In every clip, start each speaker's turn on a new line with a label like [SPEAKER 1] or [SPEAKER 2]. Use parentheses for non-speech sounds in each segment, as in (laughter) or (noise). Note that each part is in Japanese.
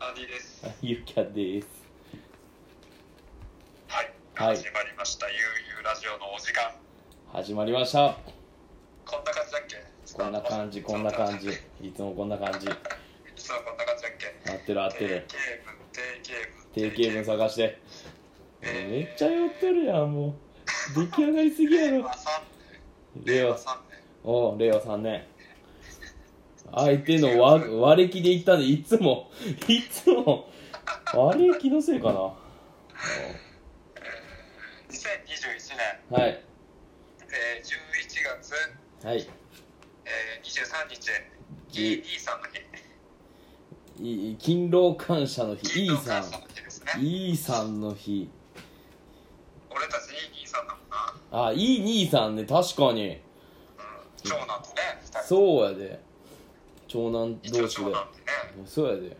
[SPEAKER 1] アディです。
[SPEAKER 2] ゆきゃです。
[SPEAKER 1] はい、
[SPEAKER 2] はい
[SPEAKER 1] 始まりました。ゆうゆうラジオのお時間。
[SPEAKER 2] 始まりました。
[SPEAKER 1] こんな感じだっけ。
[SPEAKER 2] こんな感じ、こんな感じ
[SPEAKER 1] い。
[SPEAKER 2] いつもこんな感じ。
[SPEAKER 1] つもこんな感じだっけ。
[SPEAKER 2] 合ってる合ってる。
[SPEAKER 1] 定型
[SPEAKER 2] 定
[SPEAKER 1] 文、定型文。
[SPEAKER 2] 型文探して。めっちゃ
[SPEAKER 1] よ。
[SPEAKER 2] 寄ってるやん、もう。出来上がりすぎや
[SPEAKER 1] 令
[SPEAKER 2] ろ
[SPEAKER 1] 和。三年。
[SPEAKER 2] 令
[SPEAKER 1] 令
[SPEAKER 2] 和
[SPEAKER 1] 和、三年。
[SPEAKER 2] おう、令和3年。相手のわ割れ歴で行ったんで、いつも、いつも、割れ歴のせいかな。お
[SPEAKER 1] 二千二十一年、
[SPEAKER 2] うはい、
[SPEAKER 1] ええー、十一月、
[SPEAKER 2] はい。
[SPEAKER 1] ええー、二十三日。E. D. さんの日。
[SPEAKER 2] いい勤労感謝の日、E
[SPEAKER 1] の
[SPEAKER 2] さ
[SPEAKER 1] の
[SPEAKER 2] ん。
[SPEAKER 1] 日ですね。
[SPEAKER 2] E さんの日。
[SPEAKER 1] 俺たち E. D. さんだもんな。
[SPEAKER 2] あ、E 兄さんね、確かに。
[SPEAKER 1] うん長男とね、二人。
[SPEAKER 2] そうやで長男
[SPEAKER 1] 一応
[SPEAKER 2] 同士
[SPEAKER 1] 長
[SPEAKER 2] で
[SPEAKER 1] 男でね。
[SPEAKER 2] そうやで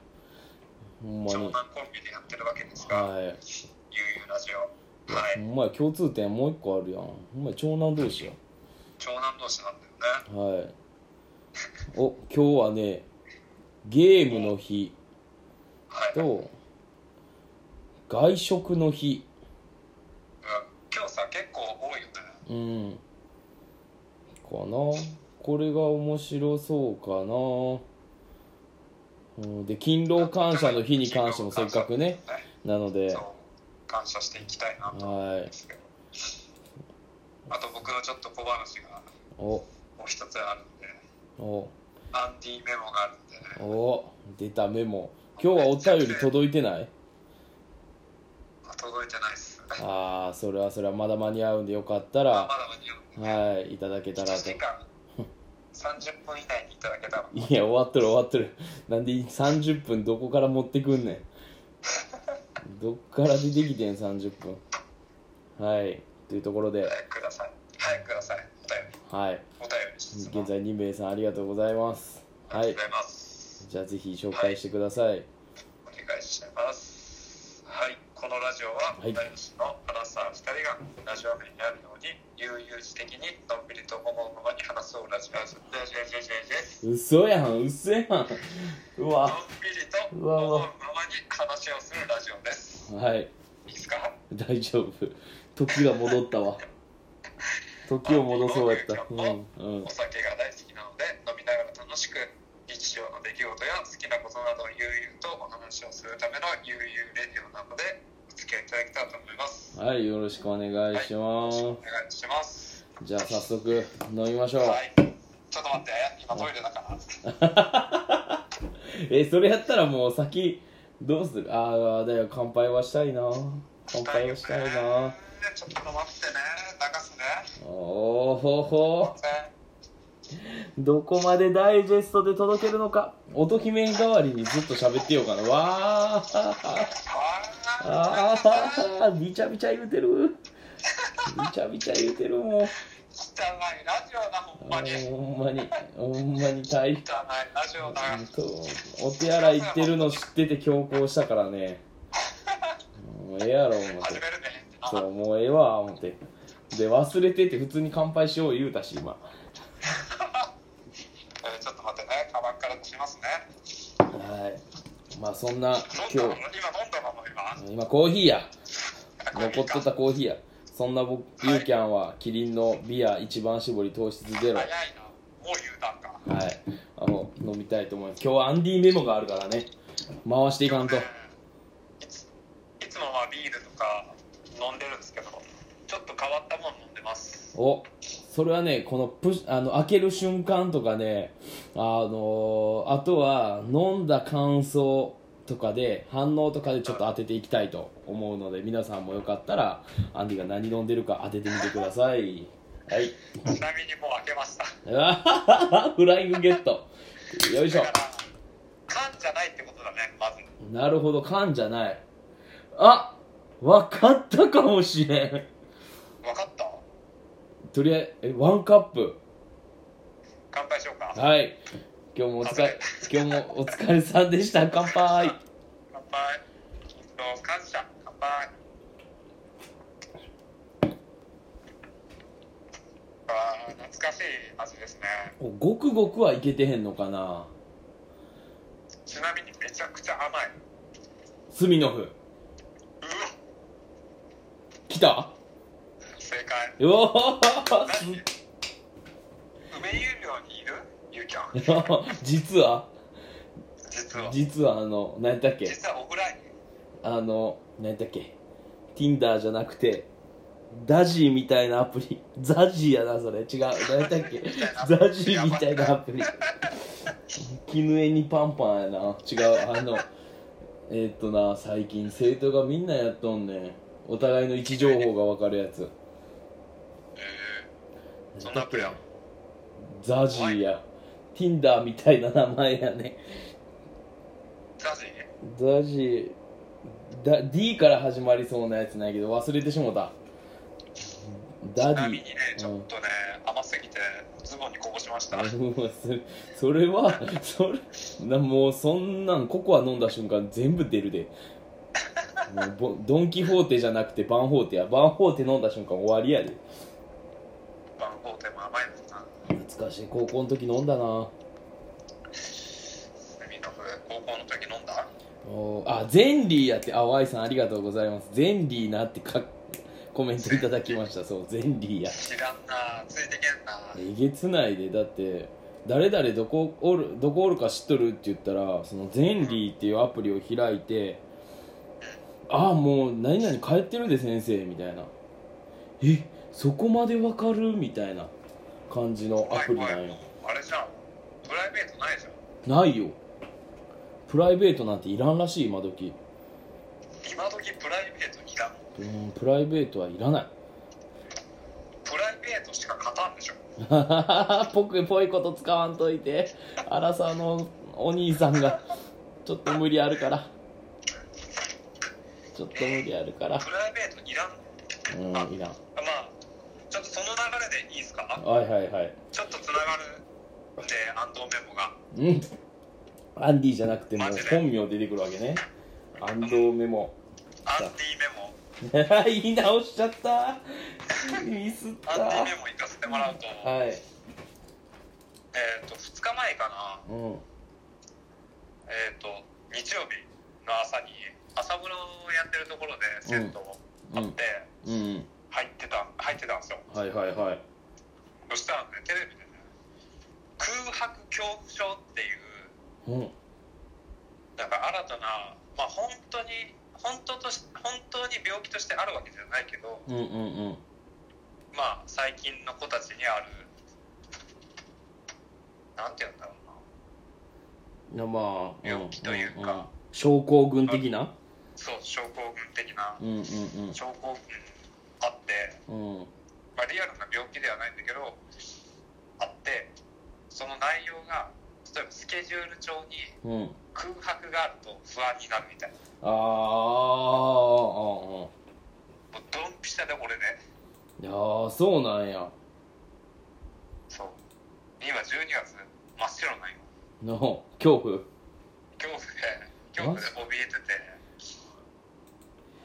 [SPEAKER 2] ほんま
[SPEAKER 1] 長
[SPEAKER 2] に
[SPEAKER 1] 男コンビでやってるわけですが。
[SPEAKER 2] は
[SPEAKER 1] ゆうゆうラジオはい
[SPEAKER 2] ほ
[SPEAKER 1] い
[SPEAKER 2] んまや共通点もう一個あるやんほんまや長男同士や
[SPEAKER 1] 長男同士なんだよね
[SPEAKER 2] はいお今日はねゲームの日
[SPEAKER 1] はい、うん、
[SPEAKER 2] と外食の日
[SPEAKER 1] 今日さ結構多いよね
[SPEAKER 2] うんかなこれが面白そうかなうんで勤労感謝の日に関してもせっかくねなので
[SPEAKER 1] そう感謝していきたいなと思うん
[SPEAKER 2] はい
[SPEAKER 1] ですけどあと僕のちょっと小話が
[SPEAKER 2] お
[SPEAKER 1] もう一つあるんで
[SPEAKER 2] お
[SPEAKER 1] アンディメモがあるんでね
[SPEAKER 2] お出たメモ今日はお便り届いてない
[SPEAKER 1] あ届いてないっすまあ
[SPEAKER 2] ああそれはそれはまだ間に合うんでよかった
[SPEAKER 1] ま
[SPEAKER 2] ら
[SPEAKER 1] だ間に合うんでね
[SPEAKER 2] はいいただけたら
[SPEAKER 1] 1
[SPEAKER 2] と
[SPEAKER 1] 時間30分以内にいただけたら
[SPEAKER 2] いや終わっとる終わっとるなんで30分どこから持ってくんねんどっから出てきてん30分はいというところで
[SPEAKER 1] 早くください早くくださいお便り
[SPEAKER 2] はい
[SPEAKER 1] お便り質問
[SPEAKER 2] 現在2名さんありがとうございます
[SPEAKER 1] あ
[SPEAKER 2] は
[SPEAKER 1] り
[SPEAKER 2] い
[SPEAKER 1] がとうございます、
[SPEAKER 2] じゃあぜひ紹介してください
[SPEAKER 1] お願いします。はい、このラジオは、
[SPEAKER 2] はい
[SPEAKER 1] 同い年のアラサー2人がラジオ面にあるように、悠々自適にのんびりと思うままに話そうラジオラジオラジオラジオラジオです。
[SPEAKER 2] 嘘やん嘘やんう
[SPEAKER 1] の
[SPEAKER 2] わ
[SPEAKER 1] んびりと思うままに話をするラジオです。
[SPEAKER 2] はい
[SPEAKER 1] いいですか
[SPEAKER 2] (laughs) 大丈夫時が戻ったわ時を戻そうやったうんうん
[SPEAKER 1] お酒が大好きなので、飲みながら楽しく、日常の出来事や好きなことなどを悠々とお話をするための悠々レディオなので、お付き合いいただけたらと思います。
[SPEAKER 2] はいよろしくお願いしま
[SPEAKER 1] お
[SPEAKER 2] す
[SPEAKER 1] 願いします。
[SPEAKER 2] じゃあ早速飲みましょう
[SPEAKER 1] はい。ちょっと待って、今トイレだから。
[SPEAKER 2] えそれやったらもう先どうするああだよ乾杯はしたいな乾杯はしたいな
[SPEAKER 1] ちょっと待ってね、流すね。
[SPEAKER 2] おおほほ
[SPEAKER 1] すいません
[SPEAKER 2] どこまでダイジェストで届けるのか音姫代わりにずっと喋ってようかなわー
[SPEAKER 1] あ
[SPEAKER 2] あ
[SPEAKER 1] ー
[SPEAKER 2] あびちゃびちゃ言うてるびちゃびちゃ言うてるも
[SPEAKER 1] 汚い
[SPEAKER 2] う
[SPEAKER 1] ラジオだ、ほんま
[SPEAKER 2] あ
[SPEAKER 1] に。汚い
[SPEAKER 2] ーほん (laughs) まにほんまに大変
[SPEAKER 1] ラジオだ。
[SPEAKER 2] うんとお手洗い行ってるの知ってて強行したからねもうええやろ思って
[SPEAKER 1] 始めるね。
[SPEAKER 2] そ
[SPEAKER 1] あ
[SPEAKER 2] うもうええわ思ってで忘れてて普通に乾杯しよう言うたし今
[SPEAKER 1] えーちょっと待ってね、カバンから出しますね。
[SPEAKER 2] はいまあそんな
[SPEAKER 1] 飲ん
[SPEAKER 2] 今
[SPEAKER 1] だの今飲んだの今。
[SPEAKER 2] 日今コーヒーや残
[SPEAKER 1] コー
[SPEAKER 2] っ
[SPEAKER 1] ヒ
[SPEAKER 2] と
[SPEAKER 1] ー
[SPEAKER 2] っ
[SPEAKER 1] か
[SPEAKER 2] たコーヒーやそんな僕ユーキャンはキリンのビア一番搾り糖質ゼ
[SPEAKER 1] 早
[SPEAKER 2] ロはい
[SPEAKER 1] な。もう言うたんか。
[SPEAKER 2] いあの飲みたいと思います今日はアンディメモがあるからね回していかんと
[SPEAKER 1] ねいついつもはビールとか飲んでるんですけど、ちょっと変わったもん飲んでます。
[SPEAKER 2] おそれはねこのプッあの開ける瞬間とかねあのーあとは飲んだ感想とかで反応とかでちょっと当てていきたいと思うので皆さんもよかったらアンディが何飲んでるか当ててみてくださいはい (laughs)
[SPEAKER 1] ちなみにもう開けました。
[SPEAKER 2] うわフライングゲットよいしょ
[SPEAKER 1] だから缶じゃないってことだねまず
[SPEAKER 2] なるほど缶じゃないあわかったかもしれん
[SPEAKER 1] 分かった
[SPEAKER 2] とりあえずえワンカップ
[SPEAKER 1] 乾杯しようか
[SPEAKER 2] はい今日もお疲れ今日もお疲れさんでした乾杯
[SPEAKER 1] 乾杯と感謝乾杯あー懐かしい味ですね
[SPEAKER 2] ごくごくはいけてへんのかな
[SPEAKER 1] ちなみにめちゃくちゃ甘い
[SPEAKER 2] スミノフ
[SPEAKER 1] うわ
[SPEAKER 2] 来た
[SPEAKER 1] 正解
[SPEAKER 2] うおーす
[SPEAKER 1] 何梅有料にいるゆうちゃ (laughs) ん
[SPEAKER 2] (laughs) 実は
[SPEAKER 1] 実は
[SPEAKER 2] 実はあの何やったっけ
[SPEAKER 1] 実はオフライン
[SPEAKER 2] あの何やったっけ Tinder じゃなくてダジーみたいなアプリ (laughs) ザジーやなそれ違う何やった
[SPEAKER 1] (laughs)
[SPEAKER 2] っけザジーみたいなアプリ絹江にパンパンやな違うあのえーっとな最近生徒がみんなやっとんねんお互いの位置情報が分かるやつ
[SPEAKER 1] えー、そんなアプリは
[SPEAKER 2] ザジーや Tinder みたいな名前やね
[SPEAKER 1] ザジー
[SPEAKER 2] ザジだ D から始まりそうなやつなんやけど忘れてしもた
[SPEAKER 1] ち
[SPEAKER 2] ダデ
[SPEAKER 1] なみ
[SPEAKER 2] ィ
[SPEAKER 1] にねちょっとね、甘すぎてズボンにこぼしました
[SPEAKER 2] あのそれそれはそれなもうそんなんココア飲んだ瞬間全部出るでもうボドン・キホーテじゃなくてバンホーテやバンホーテ飲んだ瞬間終わりやで
[SPEAKER 1] バンホーテも甘いもんな
[SPEAKER 2] 懐かしい高校の時飲んだな
[SPEAKER 1] みんなこれ高校の時飲んだ
[SPEAKER 2] おーあゼンリーやってあワイさんありがとうございますゼンリーなってかコメントいただきましたそうゼンリーや
[SPEAKER 1] 知らんなついてけんな
[SPEAKER 2] えげつないでだって誰々どこおるどこおるか知っとるって言ったらそのゼンリーっていうアプリを開いて「ああもう何々帰ってるで先生」みたいな「えそこまでわかる?」みたいな感じのアプリなんよ
[SPEAKER 1] あれじゃんプライベートないじゃん
[SPEAKER 2] ないよプライベートなんていらんらしい今時
[SPEAKER 1] 今時プライベートいらん
[SPEAKER 2] うんプライベートはいらない
[SPEAKER 1] プライベートしか勝たんでしょ
[SPEAKER 2] (laughs) 僕っぽいこと使わんといて荒さのお兄さんがちょっと無理あるからちょっと無理あるから
[SPEAKER 1] プライベートいらん
[SPEAKER 2] うんいらん
[SPEAKER 1] まあちょっとその流れでいいですか
[SPEAKER 2] はいはいはい
[SPEAKER 1] ちょっとつながるんで安藤メモが
[SPEAKER 2] うんアンディじゃなくてもう
[SPEAKER 1] マジで
[SPEAKER 2] 本名出てくるわけね安藤メモ (laughs)
[SPEAKER 1] アンディメモ
[SPEAKER 2] 言い直しちゃったミスっ
[SPEAKER 1] アンディ
[SPEAKER 2] た
[SPEAKER 1] メモ行かせてもらうと
[SPEAKER 2] はい
[SPEAKER 1] えっ、と2日前か
[SPEAKER 2] うん
[SPEAKER 1] なえっ、と日曜日の朝に朝風呂をやってるところで銭湯を
[SPEAKER 2] う
[SPEAKER 1] 買っ
[SPEAKER 2] ん
[SPEAKER 1] て
[SPEAKER 2] うん
[SPEAKER 1] 入ってた入ってたんですよ
[SPEAKER 2] はいはいはい
[SPEAKER 1] そしたらねテレビでね空白恐怖症っていう
[SPEAKER 2] うん
[SPEAKER 1] なんか新たな、まあ、本当に本当とし本当に病気としてあるわけじゃないけど、
[SPEAKER 2] うんうんうん
[SPEAKER 1] まあ、最近の子たちにあるなんて言うんだろうない
[SPEAKER 2] やまあ
[SPEAKER 1] 病気というか
[SPEAKER 2] んんん症候群的な
[SPEAKER 1] そう症候群的な
[SPEAKER 2] うんうん
[SPEAKER 1] 症候群あって、
[SPEAKER 2] うんうん
[SPEAKER 1] まあ、リアルな病気ではないんだけどあってその内容が例えばスケジュール帳に
[SPEAKER 2] うん
[SPEAKER 1] 空白があると不安になるみたいな
[SPEAKER 2] あーああ
[SPEAKER 1] もうドンピシャで俺ね
[SPEAKER 2] いやーそうなんや
[SPEAKER 1] そう今12月真っ白なんよ
[SPEAKER 2] の恐怖
[SPEAKER 1] 恐怖で恐怖で怯えて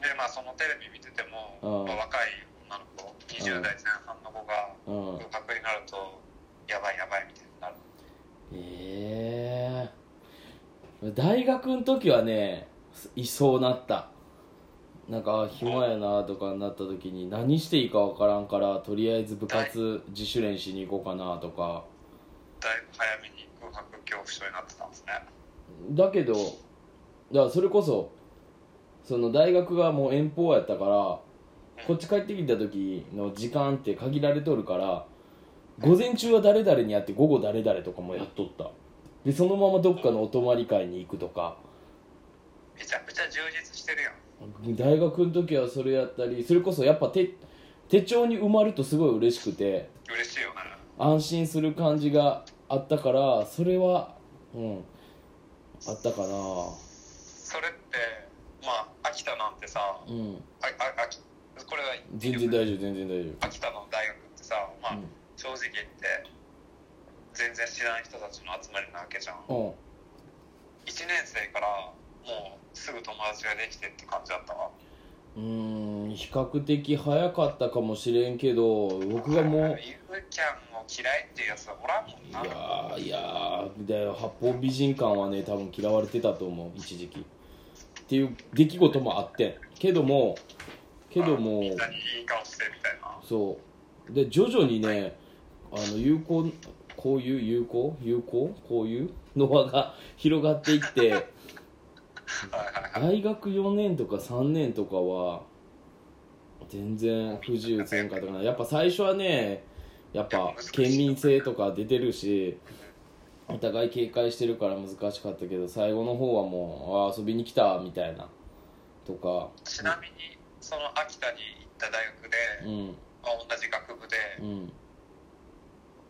[SPEAKER 1] てでまあそのテレビ見てても、
[SPEAKER 2] うん
[SPEAKER 1] まあ、若い女の子20代前半の子が
[SPEAKER 2] うん
[SPEAKER 1] 合格になるとやばいやばいみたいになる
[SPEAKER 2] ええ大学の時はねいそうなったなんかあ暇やなとかになった時に何していいかわからんからとりあえず部活自主練しに行こうかなとか
[SPEAKER 1] だいぶ早めに合格恐怖症になってたんですね
[SPEAKER 2] だけどだからそれこそその大学がもう遠方やったからこっち帰ってきた時の時間って限られとるから午前中は誰々にやって午後誰々とかもやっとったでそのままどっかのお泊まり会に行くとか
[SPEAKER 1] めちゃくちゃ充実してるやん
[SPEAKER 2] 大学の時はそれやったりそれこそやっぱ手手帳に埋まるとすごい嬉しくて
[SPEAKER 1] 嬉しいよな
[SPEAKER 2] 安心する感じがあったからそれはうんあったかな
[SPEAKER 1] それってまあ秋田なんてさあ
[SPEAKER 2] うん
[SPEAKER 1] あ秋これは
[SPEAKER 2] 全然大丈夫全然大丈
[SPEAKER 1] 秋田の大学ってさ、まあ
[SPEAKER 2] 夫
[SPEAKER 1] 正直言って全然知らない人たちの集まりなわけじゃん
[SPEAKER 2] うん、うん、
[SPEAKER 1] 1年生からもうすぐ友達ができてって感じだったわ
[SPEAKER 2] うーん比較的早かったかもしれんけど僕がもう
[SPEAKER 1] ゆうちゃんを嫌いっていうやつはおらんもん
[SPEAKER 2] い
[SPEAKER 1] な
[SPEAKER 2] やーいやーだよ八方美人館はね多分嫌われてたと思う一時期っていう出来事もあってけどもけども
[SPEAKER 1] みんなにいい顔してみたいな。
[SPEAKER 2] そうで徐々にねあの有効こういう有効有効こういうの輪が広がっていって
[SPEAKER 1] はいはいはい。
[SPEAKER 2] 大学4年とか3年とかは全然不自由せんかったかなやっぱ最初はねやっぱ県民性とか出てるしお互い警戒してるから難しかったけど最後の方はもうあ遊びに来たみたいなとか
[SPEAKER 1] ちなみに、その秋田に行った大学で、
[SPEAKER 2] うん
[SPEAKER 1] まあ、同じ学部で、
[SPEAKER 2] うん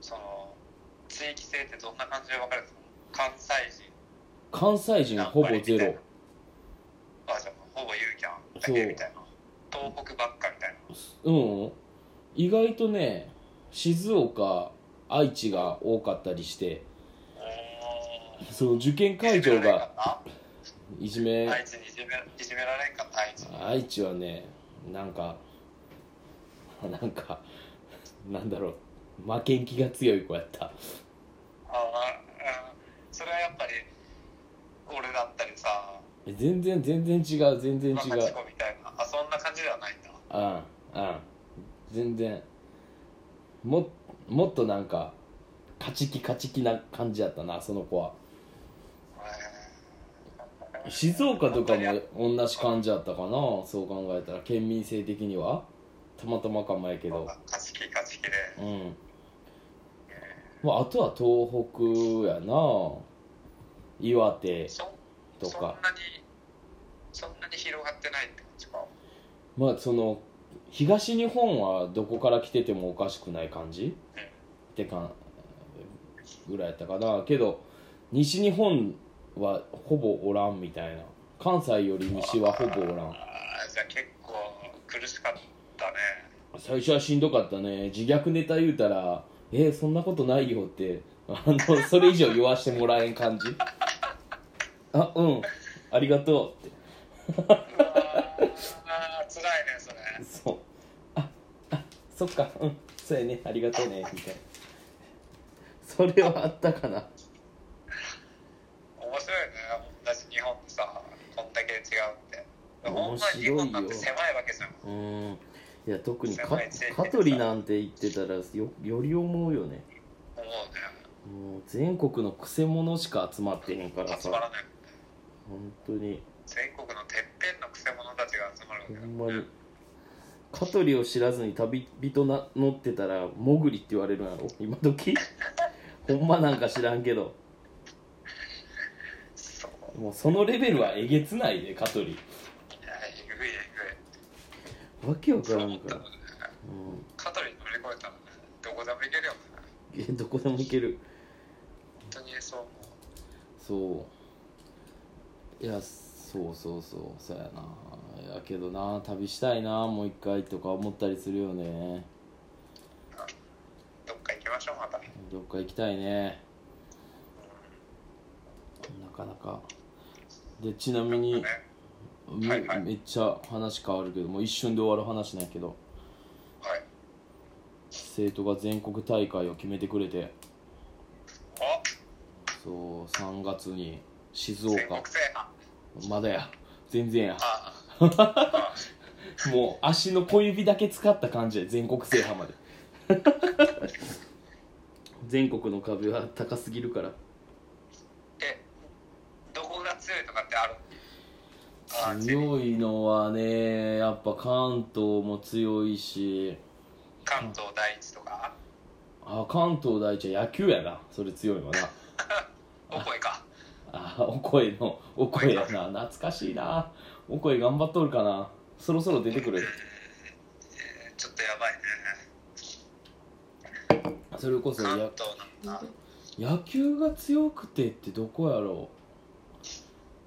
[SPEAKER 1] その、地域性ってどんな感じで分かるんですか関西人。
[SPEAKER 2] 関西人ほぼゼロ。
[SPEAKER 1] あ、じゃあ、ほぼゆうキャンだけみたいな。東北ばっかみたいな。
[SPEAKER 2] うん意外とね静岡愛知が多かったりして
[SPEAKER 1] おー
[SPEAKER 2] その受験会場が。いじめ
[SPEAKER 1] 愛知にいじめいじめられんかった、愛知。
[SPEAKER 2] 愛知はねなんかなんかなんだろう負けん気が強い子やった
[SPEAKER 1] ああ、それはやっぱり、俺だったりさ、
[SPEAKER 2] 全然全然違う全然違う
[SPEAKER 1] マカチコみたいな。あ、そんな感じではないんだ。
[SPEAKER 2] うんうん全然ももっとなんかカチキカチキな感じやったなその子は静岡とかも同じ感じやったかなそう考えたら県民性的にはたまたまかもやけど
[SPEAKER 1] 勝ち気勝ち気で
[SPEAKER 2] うん、まあ、あとは東北やな岩手
[SPEAKER 1] そ
[SPEAKER 2] と
[SPEAKER 1] そんな
[SPEAKER 2] か
[SPEAKER 1] にそんなに広がってないって感じか
[SPEAKER 2] まあその東日本はどこから来ててもおかしくない感じってかぐらいやったかなけど西日本はほぼおらんみたいな関西より西はほぼおらん
[SPEAKER 1] あーじゃあ結構苦しかったね
[SPEAKER 2] 最初はしんどかったね自虐ネタ言うたら「えそんなことないよ」ってあのそれ以上言わしてもらえん感じあうんありがとうって
[SPEAKER 1] うわー辛いねそれ
[SPEAKER 2] そうああそっかうんそうやねありがとうねみたいなそれはあったかな
[SPEAKER 1] 面白いね同じ日本でさこんだけ違うって
[SPEAKER 2] 面
[SPEAKER 1] 面
[SPEAKER 2] 白
[SPEAKER 1] 白
[SPEAKER 2] い
[SPEAKER 1] い
[SPEAKER 2] よ
[SPEAKER 1] よ日本なんて狭いわけじゃん
[SPEAKER 2] うんいや特にか
[SPEAKER 1] 狭い世界
[SPEAKER 2] 香取なんて言ってたらよより思うよね
[SPEAKER 1] 思うね
[SPEAKER 2] もう全国のくせ者しか集まってへんから
[SPEAKER 1] 集
[SPEAKER 2] さ
[SPEAKER 1] まらない
[SPEAKER 2] 本当に
[SPEAKER 1] 全国のてっぺんのくせ者たちが集まるわ
[SPEAKER 2] ほ
[SPEAKER 1] けだ
[SPEAKER 2] んまに香取を知らずに旅人な乗ってたら「もぐり」って言われるんやろ今 (laughs) 時ほんまなんか知らんけど
[SPEAKER 1] そう
[SPEAKER 2] もうそのレベルはえげつないで香取
[SPEAKER 1] いやえぐいえ
[SPEAKER 2] わけわ
[SPEAKER 1] ぐいそ
[SPEAKER 2] か
[SPEAKER 1] う
[SPEAKER 2] ら
[SPEAKER 1] 思
[SPEAKER 2] ん
[SPEAKER 1] っ
[SPEAKER 2] か
[SPEAKER 1] たもん
[SPEAKER 2] ら
[SPEAKER 1] ね
[SPEAKER 2] うん
[SPEAKER 1] カトリー乗り越えたらねどこでも行けるよね
[SPEAKER 2] えどこでも行ける
[SPEAKER 1] 本当にそう思う
[SPEAKER 2] そういやそうそうそうそうやなやけどな旅したいなもう一回とか思ったりするよね
[SPEAKER 1] どっか行きましょうまた
[SPEAKER 2] どっか行きたいねなかなかでちなみ
[SPEAKER 1] ね
[SPEAKER 2] にめ,、
[SPEAKER 1] はいはい
[SPEAKER 2] めっちゃ話変わるけどもう一瞬で終わる話なんやけど
[SPEAKER 1] はい
[SPEAKER 2] 生徒が全国大会を決めてくれて
[SPEAKER 1] お
[SPEAKER 2] そう3月に静
[SPEAKER 1] 全国
[SPEAKER 2] 岡
[SPEAKER 1] 制覇
[SPEAKER 2] まだや全然や
[SPEAKER 1] あ
[SPEAKER 2] もう足の小指だけ使った感じで全国制覇まで
[SPEAKER 1] (laughs)
[SPEAKER 2] 全国の壁は高すぎるから
[SPEAKER 1] えどこが強いとかってあるあ地理
[SPEAKER 2] 強いのはねやっぱ関東も強いし
[SPEAKER 1] 関東第一とか
[SPEAKER 2] あ関東第一は野球やなそれ強いわな
[SPEAKER 1] お声か
[SPEAKER 2] あお声のお声やな懐かしいなお声頑張っとるかなそろそろ出てくる
[SPEAKER 1] えーちょっとやばいね
[SPEAKER 2] それこそ
[SPEAKER 1] 関
[SPEAKER 2] や
[SPEAKER 1] 東なんだ
[SPEAKER 2] 野球が強くてってどこやろ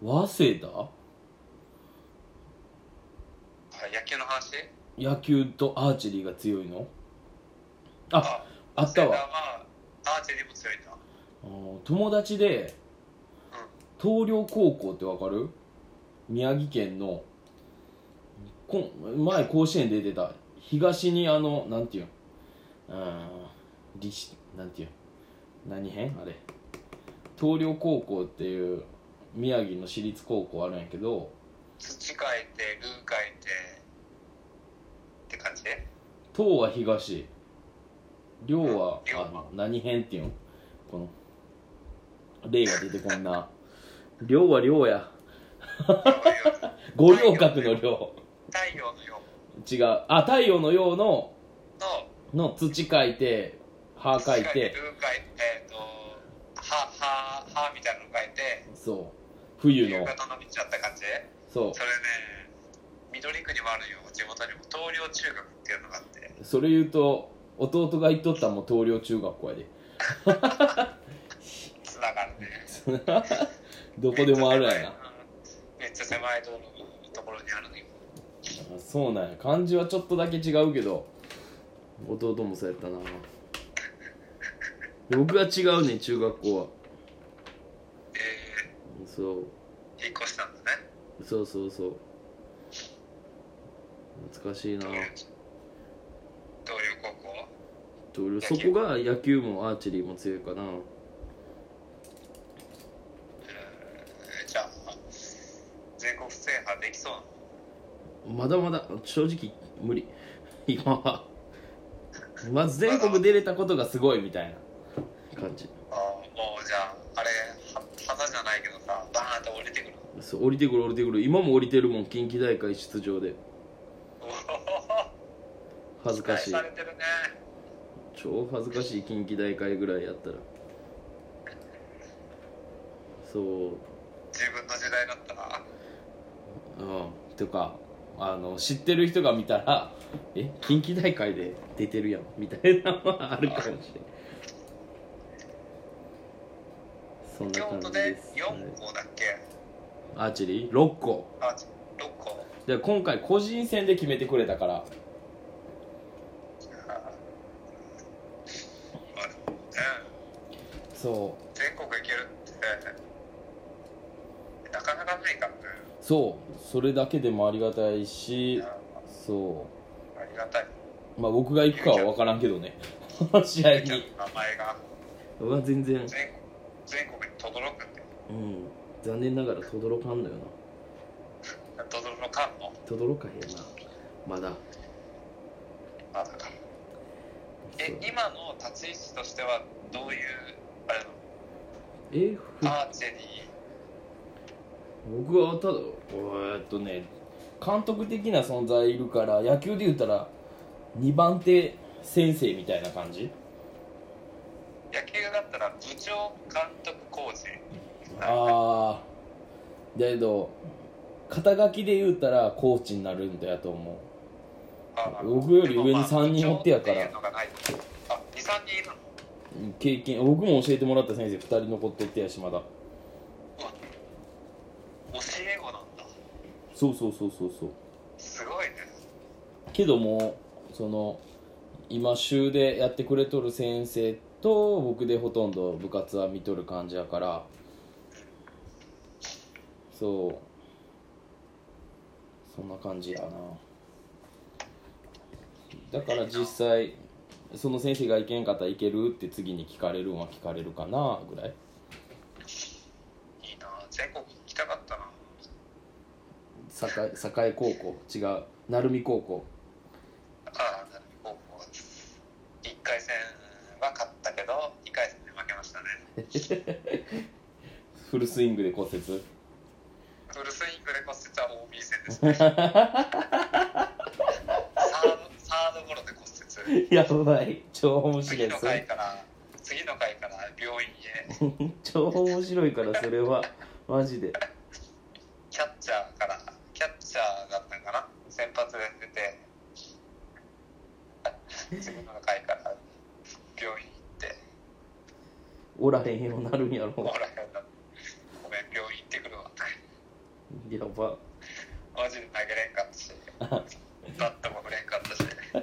[SPEAKER 2] う早稲田
[SPEAKER 1] あ野球の話
[SPEAKER 2] 野球とアーチェリーが強いのああっ
[SPEAKER 1] セ
[SPEAKER 2] た
[SPEAKER 1] ンター
[SPEAKER 2] わ
[SPEAKER 1] はアーチェリーも強いんだ
[SPEAKER 2] あの友達で東陵高校ってわかる宮城県のこん前甲子園で出てた東にあのなんていうんうん立志なんていうん何編あれ東陵高校っていう宮城の私立高校あるんやけど
[SPEAKER 1] 土書いてルー書いてって
[SPEAKER 2] (laughs)
[SPEAKER 1] 感じで
[SPEAKER 2] 東は東量は
[SPEAKER 1] うん
[SPEAKER 2] あ何変っていうのこの例が出てこんな量は量や五稜郭の量
[SPEAKER 1] 太陽のよ
[SPEAKER 2] 違うあ太陽のようの
[SPEAKER 1] うの
[SPEAKER 2] の土書いて葉書いて
[SPEAKER 1] ルー書いてえっ、とはははみたいなの書いて
[SPEAKER 2] そう冬
[SPEAKER 1] 夕
[SPEAKER 2] の
[SPEAKER 1] 方の道だった感じで
[SPEAKER 2] そ
[SPEAKER 1] それね緑区にもあるよ地元にも東陵中学っていうのがあって
[SPEAKER 2] うそれ言うと弟が言っとったんも東陵中学校やで (laughs)
[SPEAKER 1] つながるね
[SPEAKER 2] どこでもあるやな
[SPEAKER 1] めっちゃ狭い道路のところにあるのよ
[SPEAKER 2] あそうなんや漢字はちょっとだけ違うけど弟もそうやったな僕は違うね中学校は
[SPEAKER 1] え
[SPEAKER 2] そう
[SPEAKER 1] ー、引っ越したんだね
[SPEAKER 2] そうそうそう懐かしいな
[SPEAKER 1] 東陵東陵高校
[SPEAKER 2] 同僚そこが野球もアーチェリーも強いかな
[SPEAKER 1] えーじゃあ全国制覇できそうなの
[SPEAKER 2] まだまだ正直無理 (laughs) 今はまず全国出れたことがすごいみたいな感じ
[SPEAKER 1] あーもうじゃああれは花じゃないけどさバーンって降りてくるの
[SPEAKER 2] そう降りてくる降りてくる今も降りてるもん近畿大会出場で
[SPEAKER 1] おー
[SPEAKER 2] 恥ずかし
[SPEAKER 1] 期
[SPEAKER 2] い
[SPEAKER 1] 待されてるね
[SPEAKER 2] 超恥ずかしい近畿大会ぐらいやったらそう
[SPEAKER 1] 自分の時代だったら
[SPEAKER 2] うんとかあの知ってる人が見たら「え近畿大会で出てるやん」みたいなのはあるかもしれないそんな
[SPEAKER 1] 京
[SPEAKER 2] 感
[SPEAKER 1] 都
[SPEAKER 2] じ
[SPEAKER 1] で
[SPEAKER 2] です、はい
[SPEAKER 1] 4校だっけ
[SPEAKER 2] アーチェリー6個
[SPEAKER 1] あ6校
[SPEAKER 2] で今回個人戦で決めてくれたから
[SPEAKER 1] あーまあでもね
[SPEAKER 2] そう
[SPEAKER 1] 全国行けるってなかなかないからね
[SPEAKER 2] そうそれだけでもありがたいし
[SPEAKER 1] あ
[SPEAKER 2] そ
[SPEAKER 1] りがたいう
[SPEAKER 2] まあ僕が行くかは分からんけどね試
[SPEAKER 1] ちゃ
[SPEAKER 2] 合
[SPEAKER 1] ん
[SPEAKER 2] に
[SPEAKER 1] の名前が
[SPEAKER 2] うわ全然
[SPEAKER 1] 全全国に轟くんで
[SPEAKER 2] うん残念ながら轟かんのよな
[SPEAKER 1] 轟かんの
[SPEAKER 2] 轟かへんなまだ
[SPEAKER 1] まだか
[SPEAKER 2] そ
[SPEAKER 1] え
[SPEAKER 2] う
[SPEAKER 1] 今の立ち位置としてはどういうあれ
[SPEAKER 2] えふ
[SPEAKER 1] のアーチェリ
[SPEAKER 2] 僕はただえーっとね監督的な存在いるから野球で言ったら2番手先生みたいな感じ
[SPEAKER 1] ー野球だったら部長監督コーチ
[SPEAKER 2] ああだけど肩書きで言ったらコーチになるんだやと思
[SPEAKER 1] あ
[SPEAKER 2] 僕より上に
[SPEAKER 1] でもまあ
[SPEAKER 2] 三人おってやから
[SPEAKER 1] 部長ていうのがないあ二三人いるの
[SPEAKER 2] う経験僕も教えてもらった先生2人残っとってやしまだ
[SPEAKER 1] うわ教え子なんだ
[SPEAKER 2] そうそうそうそうそう
[SPEAKER 1] すごいね
[SPEAKER 2] けどもその今週でやってくれとる先生と僕でほとんど部活は見とる感じやからそうそんな感じやなだから実際その先生が行けんかったらいけるって次に聞かれるんは聞かれるかなぐらい
[SPEAKER 1] いいな全国行きたかったな
[SPEAKER 2] 栄栄高校違う鳴海高校
[SPEAKER 1] ああ、なるほど。1回戦は勝ったけど、2回戦で負けましたね。
[SPEAKER 2] (laughs) フルスイングで骨折
[SPEAKER 1] フルスイングで骨折は OB 戦ですね。サードサードゴロで骨折。
[SPEAKER 2] (laughs) やばい超面白
[SPEAKER 1] 次
[SPEAKER 2] い
[SPEAKER 1] の
[SPEAKER 2] それ
[SPEAKER 1] 回から、次の回から病院へ、
[SPEAKER 2] 超面白いからそれはマジで
[SPEAKER 1] キャッチャーから、キャッチャーだったんかな、先発で出て、次の回から病院行って、
[SPEAKER 2] おらへんようになるんや
[SPEAKER 1] ほ
[SPEAKER 2] ろ
[SPEAKER 1] ら、ごめん、病院行ってくるわ。
[SPEAKER 2] やば
[SPEAKER 1] マジで投げれんかったし、 (laughs) バットも振れんかっ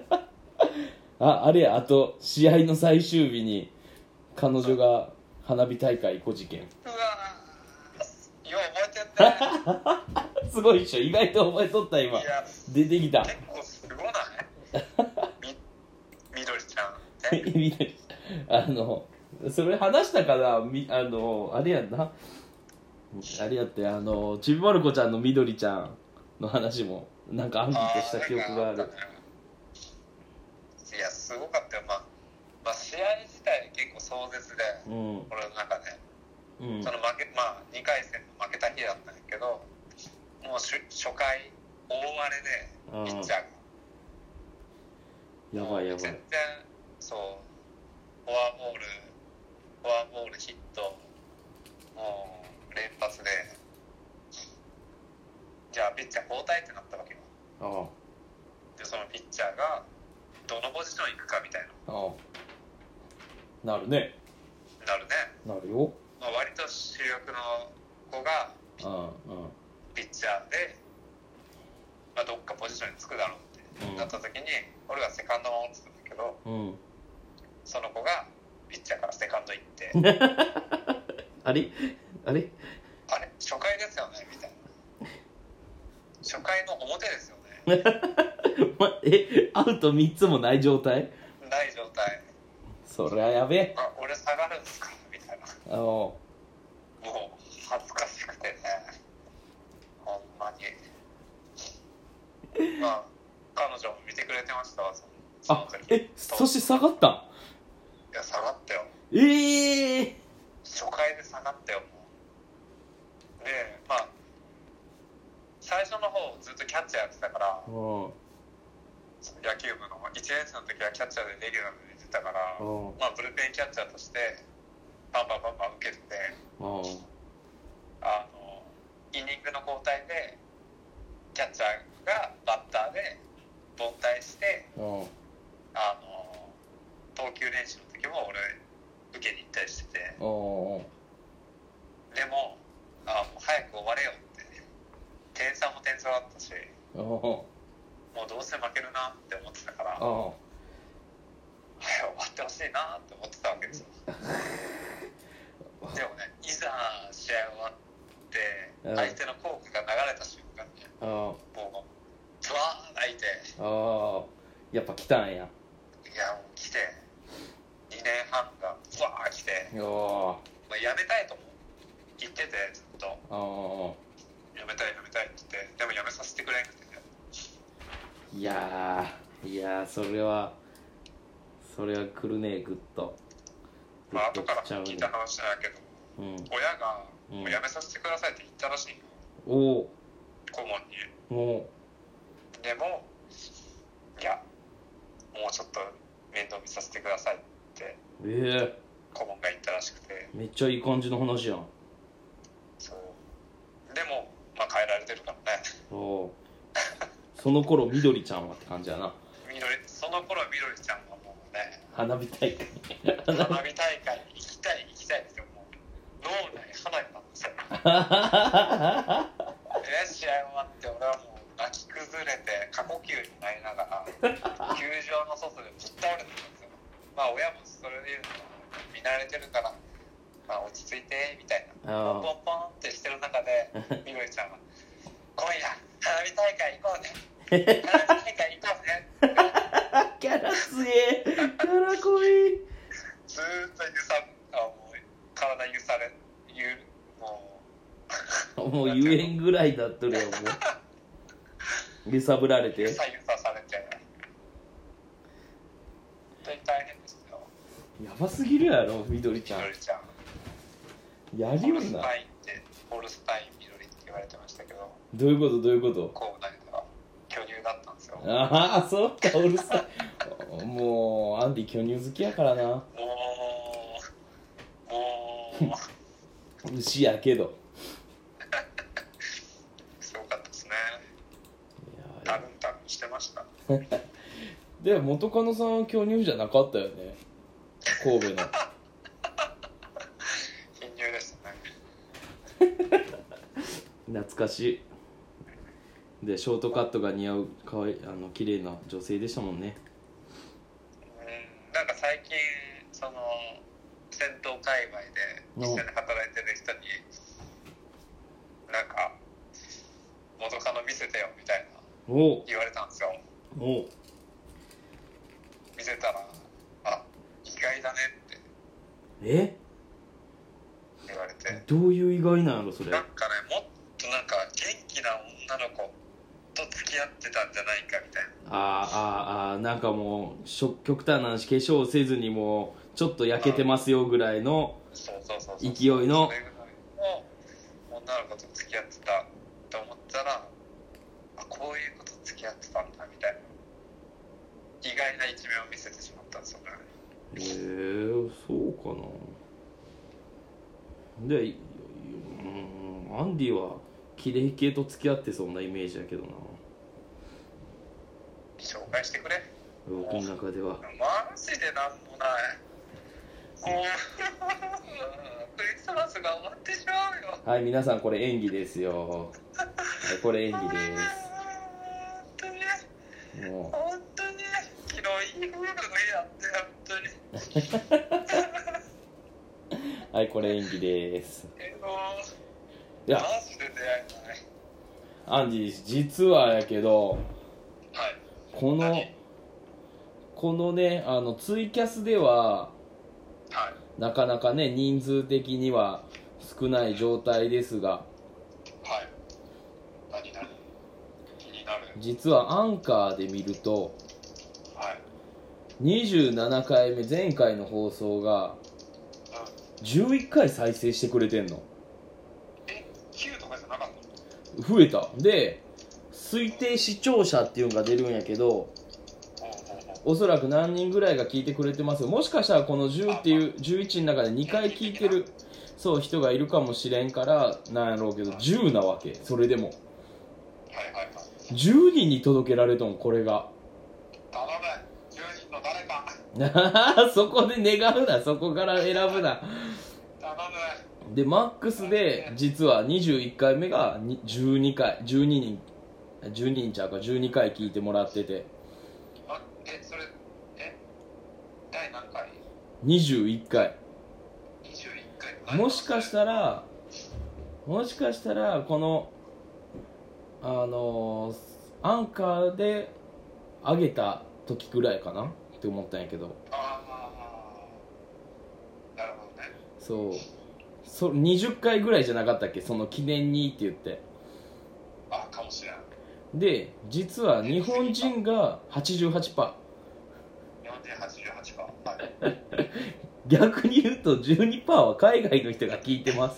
[SPEAKER 1] たし、
[SPEAKER 2] ああれやあと試合の最終日に彼女が花火大会5事件
[SPEAKER 1] うわー、よう覚えてんね。
[SPEAKER 2] すごいっしょ意外と覚えとった今 (laughs)
[SPEAKER 1] いや、
[SPEAKER 2] 出てきた
[SPEAKER 1] 結構すごないみ、 (laughs) みどりちゃん、ね、
[SPEAKER 2] みんなあのそれ話したかなみあのあれやんなあれやってあのちびまる子ちゃんのみどりちゃんの話もなんかアンケートした記憶がある
[SPEAKER 1] いやすごかったよ、まあ、まあ試合自体結構壮絶で
[SPEAKER 2] うん
[SPEAKER 1] 俺の中で
[SPEAKER 2] うん
[SPEAKER 1] その負け、まあ、2回戦の負けた日だったんやけどもうし初回大荒れでピッチャーが
[SPEAKER 2] やばいやば
[SPEAKER 1] 全
[SPEAKER 2] い
[SPEAKER 1] 然そうフォアボールフォアボールヒットもう連発でじゃあピッチャー交代ってなったわけよ
[SPEAKER 2] あ
[SPEAKER 1] でそのピッチャーがどのポジション行くかみたいな
[SPEAKER 2] あああなるね
[SPEAKER 1] なるね、
[SPEAKER 2] なるよ
[SPEAKER 1] まあ、割と主力の子が
[SPEAKER 2] うんうん
[SPEAKER 1] ピッチャーで、まあ、どっかポジションにつくだろうって
[SPEAKER 2] うん
[SPEAKER 1] なった時に俺がセカンドを守ってたんだけど
[SPEAKER 2] うん
[SPEAKER 1] その子がピッチャーからセカンド行って
[SPEAKER 2] あれあれ
[SPEAKER 1] あれ初回ですよねみたいな初回の表ですよね
[SPEAKER 2] まえアウト3つもない状態
[SPEAKER 1] ない状態
[SPEAKER 2] そりゃやべえ
[SPEAKER 1] あ俺下がるんですかみたいな
[SPEAKER 2] あの
[SPEAKER 1] もう恥ずかしくてねほんま
[SPEAKER 2] (laughs)
[SPEAKER 1] にまあ彼女も見てくれてましたわそのその
[SPEAKER 2] あ
[SPEAKER 1] 時
[SPEAKER 2] えそして下がったん
[SPEAKER 1] いや下がったよ
[SPEAKER 2] ええ
[SPEAKER 1] 初回で下がったよもうでまあ最初の方ずっとキャッチャーやってたから
[SPEAKER 2] うん
[SPEAKER 1] その野球部の1年生の時はキャッチャーでレギュラーで出てたから
[SPEAKER 2] うん
[SPEAKER 1] まあブルペンキャッチャーとしてバンバンバンバン受けてて
[SPEAKER 2] うん
[SPEAKER 1] あのイニングの交代でキャッチャーがバッターで凡退して
[SPEAKER 2] うん
[SPEAKER 1] あの投球練習の時も俺受けに行ったりしてて
[SPEAKER 2] うん
[SPEAKER 1] でもあもう早く終われよって点差も点差だったし
[SPEAKER 2] うん
[SPEAKER 1] もうどうせ負けるなって思ってたから
[SPEAKER 2] う
[SPEAKER 1] 早く
[SPEAKER 2] ん
[SPEAKER 1] 終わってほしいなって思ってたわけです
[SPEAKER 2] (laughs)
[SPEAKER 1] よでもねいざ試合終わって
[SPEAKER 2] うん
[SPEAKER 1] 相手の効果が流れた瞬間ね
[SPEAKER 2] あ
[SPEAKER 1] もうズワーン泣いて
[SPEAKER 2] あやっぱ来たんや
[SPEAKER 1] いやもう来て2年半がズワーン来て、
[SPEAKER 2] あ
[SPEAKER 1] まあ、やめたいとも言っててずっと
[SPEAKER 2] ああ
[SPEAKER 1] やめたいやめたいって言ってでもやめさせてくれなくてね
[SPEAKER 2] いやーいやーそれはそれは来るねグッと
[SPEAKER 1] まあ後から
[SPEAKER 2] グッと
[SPEAKER 1] 聞い
[SPEAKER 2] 来
[SPEAKER 1] た話だけど
[SPEAKER 2] うん
[SPEAKER 1] 親が「
[SPEAKER 2] うん
[SPEAKER 1] もうやめさせてください」って言ったらしいよ
[SPEAKER 2] お
[SPEAKER 1] 顧問に
[SPEAKER 2] おも
[SPEAKER 1] でも「いやもうちょっと面倒見させてください」って
[SPEAKER 2] うえ
[SPEAKER 1] 顧問が言ったらしくて
[SPEAKER 2] えめっちゃいい感じの話やん
[SPEAKER 1] そうでもまあ変えられてるからね (laughs)
[SPEAKER 2] おおーその頃みどりちゃんはって感じやな
[SPEAKER 1] みどりその頃みどりちゃんはもうね
[SPEAKER 2] 花火大会
[SPEAKER 1] 花火大会に行きたい行きたいってもう脳内花火なんですよで試合終わって俺はもう泣き崩れて過呼吸になりながら球場の外でぶっ倒れてたんですよまあ親もそれで見慣れてるから、まあ、落ち着いてみたいな
[SPEAKER 2] あ
[SPEAKER 1] ポン
[SPEAKER 2] ー
[SPEAKER 1] ポンポンってしてる中でみどりちゃんは「今夜花火大会行こうね花火大会行こうね」
[SPEAKER 2] キャラ
[SPEAKER 1] (laughs)
[SPEAKER 2] 強えキャラ濃い
[SPEAKER 1] ずーっと揺さあもう体揺されゆも
[SPEAKER 2] もう言えんぐらいだっとるよも
[SPEAKER 1] (laughs)
[SPEAKER 2] う揺さぶられ
[SPEAKER 1] う揺
[SPEAKER 2] て
[SPEAKER 1] さ揺さされて本当に大変ですよ
[SPEAKER 2] やばすぎるやろみどり
[SPEAKER 1] み
[SPEAKER 2] ちゃ
[SPEAKER 1] ど
[SPEAKER 2] ん
[SPEAKER 1] りちゃん
[SPEAKER 2] やり
[SPEAKER 1] ホ
[SPEAKER 2] よ
[SPEAKER 1] ル
[SPEAKER 2] ん
[SPEAKER 1] ス
[SPEAKER 2] な
[SPEAKER 1] タインってホルスタインみどりって言われてましたけど
[SPEAKER 2] どういうことどういうこと
[SPEAKER 1] 校内では巨乳だったんですよもう
[SPEAKER 2] ああそうかうるさいもうアンディ巨乳好きやからな
[SPEAKER 1] もう
[SPEAKER 2] 牛やけど
[SPEAKER 1] すごかったですね
[SPEAKER 2] い
[SPEAKER 1] ダ
[SPEAKER 2] や
[SPEAKER 1] ルンダルンしてま
[SPEAKER 2] (laughs)
[SPEAKER 1] した
[SPEAKER 2] で元カノさんは巨乳じゃなかったよね神戸の
[SPEAKER 1] 貧乳でしたね
[SPEAKER 2] 懐かしいでショートカットが似合うかわいあの綺麗な女性でしたもんね
[SPEAKER 1] うんなんか最近その戦闘界隈で一緒に働いてる人になんか元カノ見せてよみたいな
[SPEAKER 2] おう
[SPEAKER 1] 言われたんですよ
[SPEAKER 2] おう
[SPEAKER 1] 見せたらあ意外だねって
[SPEAKER 2] え
[SPEAKER 1] 言われて
[SPEAKER 2] どういう意外なんやろそれ
[SPEAKER 1] なんかねもっとなんか元気な女の子と付き合ってたんじゃないかみたいな
[SPEAKER 2] あーあーあーなんかもうしょ極端な話化粧をせずにもうちょっと焼けてますよぐらいの
[SPEAKER 1] そうそうそうそう
[SPEAKER 2] 勢いの
[SPEAKER 1] それぐらいの女の子と付き合ってたと思ったらあこういうこと付き合ってたんだみたいな意外な一面を見せてしまったんですよね
[SPEAKER 2] へえそうかなでいうんアンディはキレイ系と付き合ってそうなイメージやけどな
[SPEAKER 1] 紹介してくれ
[SPEAKER 2] 僕の中では
[SPEAKER 1] マジでなんもないもう (laughs) クリスマスが終わってしまうよ
[SPEAKER 2] はい皆さんこれ演技ですよはいこれ演技で
[SPEAKER 1] 本当に
[SPEAKER 2] すもう
[SPEAKER 1] 本当に昨日いい夫婦の日だって本当
[SPEAKER 2] (laughs)
[SPEAKER 1] に
[SPEAKER 2] はいこれ演技です
[SPEAKER 1] えも
[SPEAKER 2] いうや
[SPEAKER 1] マジで出会えない
[SPEAKER 2] アンディ実はやけど
[SPEAKER 1] はい
[SPEAKER 2] この
[SPEAKER 1] 何
[SPEAKER 2] このねあのツイキャスで
[SPEAKER 1] は
[SPEAKER 2] は
[SPEAKER 1] い
[SPEAKER 2] なかなかね人数的には少ない状態ですが
[SPEAKER 1] はい。何何気になる。
[SPEAKER 2] 実はアンカーで見ると
[SPEAKER 1] はい。
[SPEAKER 2] 27回目前回の放送が
[SPEAKER 1] うん。
[SPEAKER 2] 11回再生してくれてんの
[SPEAKER 1] え、9とかじゃなかった
[SPEAKER 2] 増えたで推定視聴者っていうのが出るんやけど
[SPEAKER 1] のうんうんうん。
[SPEAKER 2] おそらく何人ぐらいが聞いてくれてますもしかしたらこの10っていう11の中で2回聞いてるそう人がいるかもしれんからなんやろうけど10なわけそれでも
[SPEAKER 1] はいはいはい。
[SPEAKER 2] 10人に届けられとんこれが (laughs)
[SPEAKER 1] 頼む。10人の誰か。
[SPEAKER 2] そこで願うなそこから選ぶな
[SPEAKER 1] 頼む。
[SPEAKER 2] でマックスで実は21回目がに12回12人12人ちゃうか12回聞いてもらってて
[SPEAKER 1] あ、え、それ、え、第何回
[SPEAKER 2] 21回
[SPEAKER 1] ?21 回の第何回
[SPEAKER 2] もしかしたらもしかしたらこのあのーアンカーで上げた時ぐらいかなって思ったんやけど
[SPEAKER 1] ああ、なるほどね。
[SPEAKER 2] そうそ20回ぐらいじゃなかったっけその記念にって言って
[SPEAKER 1] あかもしれん。
[SPEAKER 2] で実は日本人が88%
[SPEAKER 1] 日本人88%。はい。
[SPEAKER 2] 逆に言うと12%は海外の人が聞いてます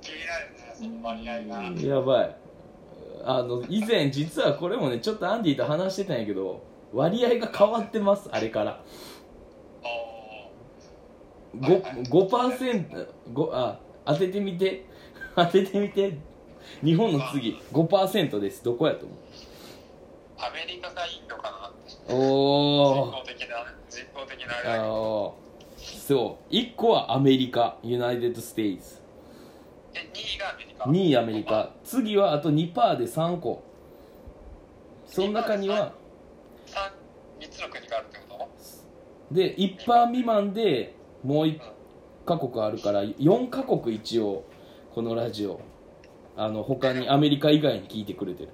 [SPEAKER 1] 気になるね、その割合が。はい。
[SPEAKER 2] やばいあの以前実はこれもねちょっとアンディと話してたんやけど割合が変わってますあれから
[SPEAKER 1] おー。
[SPEAKER 2] 5%, 5%ごあ当ててみて (laughs) 当ててみて日本の次5%ですどこやと思う
[SPEAKER 1] アメリカかインドかなって。
[SPEAKER 2] お
[SPEAKER 1] 人
[SPEAKER 2] ー
[SPEAKER 1] 工的な人工的なあれだ
[SPEAKER 2] あ
[SPEAKER 1] けど
[SPEAKER 2] のそう1個はアメリカユナイテッド・ステイツ
[SPEAKER 1] え2位がアメリカ
[SPEAKER 2] 2位アメリカ次はあと2%で3個その中には
[SPEAKER 1] 3, 三つの国があるってこと
[SPEAKER 2] で1%未満でもう1カ国あるから4カ国一応このラジオあの他にアメリカ以外に聞いてくれてる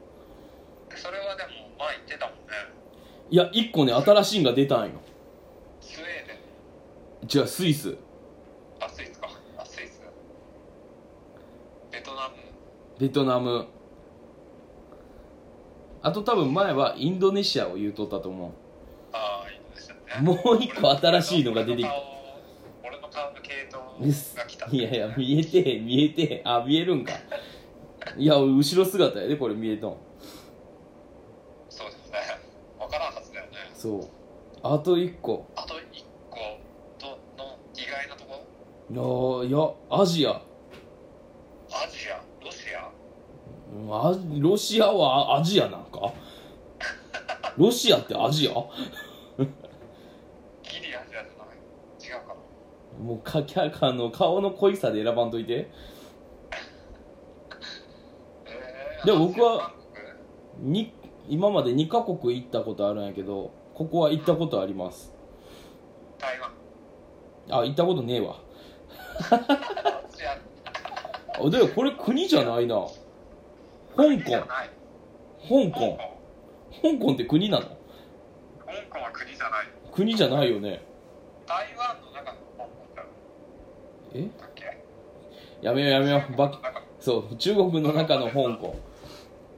[SPEAKER 1] それはでも前言ってたもんね
[SPEAKER 2] いや1個ね新しいんが出たんよ
[SPEAKER 1] スウェーデン
[SPEAKER 2] じゃあスイス
[SPEAKER 1] あスイスかあスイスベトナム
[SPEAKER 2] ベトナムあと多分前はインドネシアを言うとったと思
[SPEAKER 1] ああインドネシア
[SPEAKER 2] う
[SPEAKER 1] ね
[SPEAKER 2] もう1個新しいのが出てきた
[SPEAKER 1] 俺の顔の系
[SPEAKER 2] で
[SPEAKER 1] 統
[SPEAKER 2] す
[SPEAKER 1] が来た
[SPEAKER 2] いやいや見えてへん見えてへんあ見えるんかいや後ろ姿やでこれ見えとん
[SPEAKER 1] そうですね分からんはずだよね
[SPEAKER 2] そうあと1個
[SPEAKER 1] あと1個どの意外なとこ
[SPEAKER 2] いやーいやアジア
[SPEAKER 1] アジアロシア
[SPEAKER 2] うんあロシアはアジアなんか (laughs) ロシアってアジア
[SPEAKER 1] ギリアジアじゃない違うかな
[SPEAKER 2] もうかきゃあの顔の濃いさで選ばんといて
[SPEAKER 1] えー
[SPEAKER 2] でも僕は
[SPEAKER 1] 韓国
[SPEAKER 2] に今まで2カ国行ったことあるんやけどここは行ったことあります
[SPEAKER 1] 台湾
[SPEAKER 2] あ行ったことねえわ
[SPEAKER 1] ロシア
[SPEAKER 2] あでもこれ国じゃないな香港
[SPEAKER 1] じゃない香
[SPEAKER 2] 香
[SPEAKER 1] 港
[SPEAKER 2] 港香港って国なの
[SPEAKER 1] 香港は国じゃない
[SPEAKER 2] 国じゃないよね
[SPEAKER 1] 台湾の中の香港だよ
[SPEAKER 2] え
[SPEAKER 1] だっけ
[SPEAKER 2] やめようやめようば
[SPEAKER 1] 中
[SPEAKER 2] そう中国の中の香港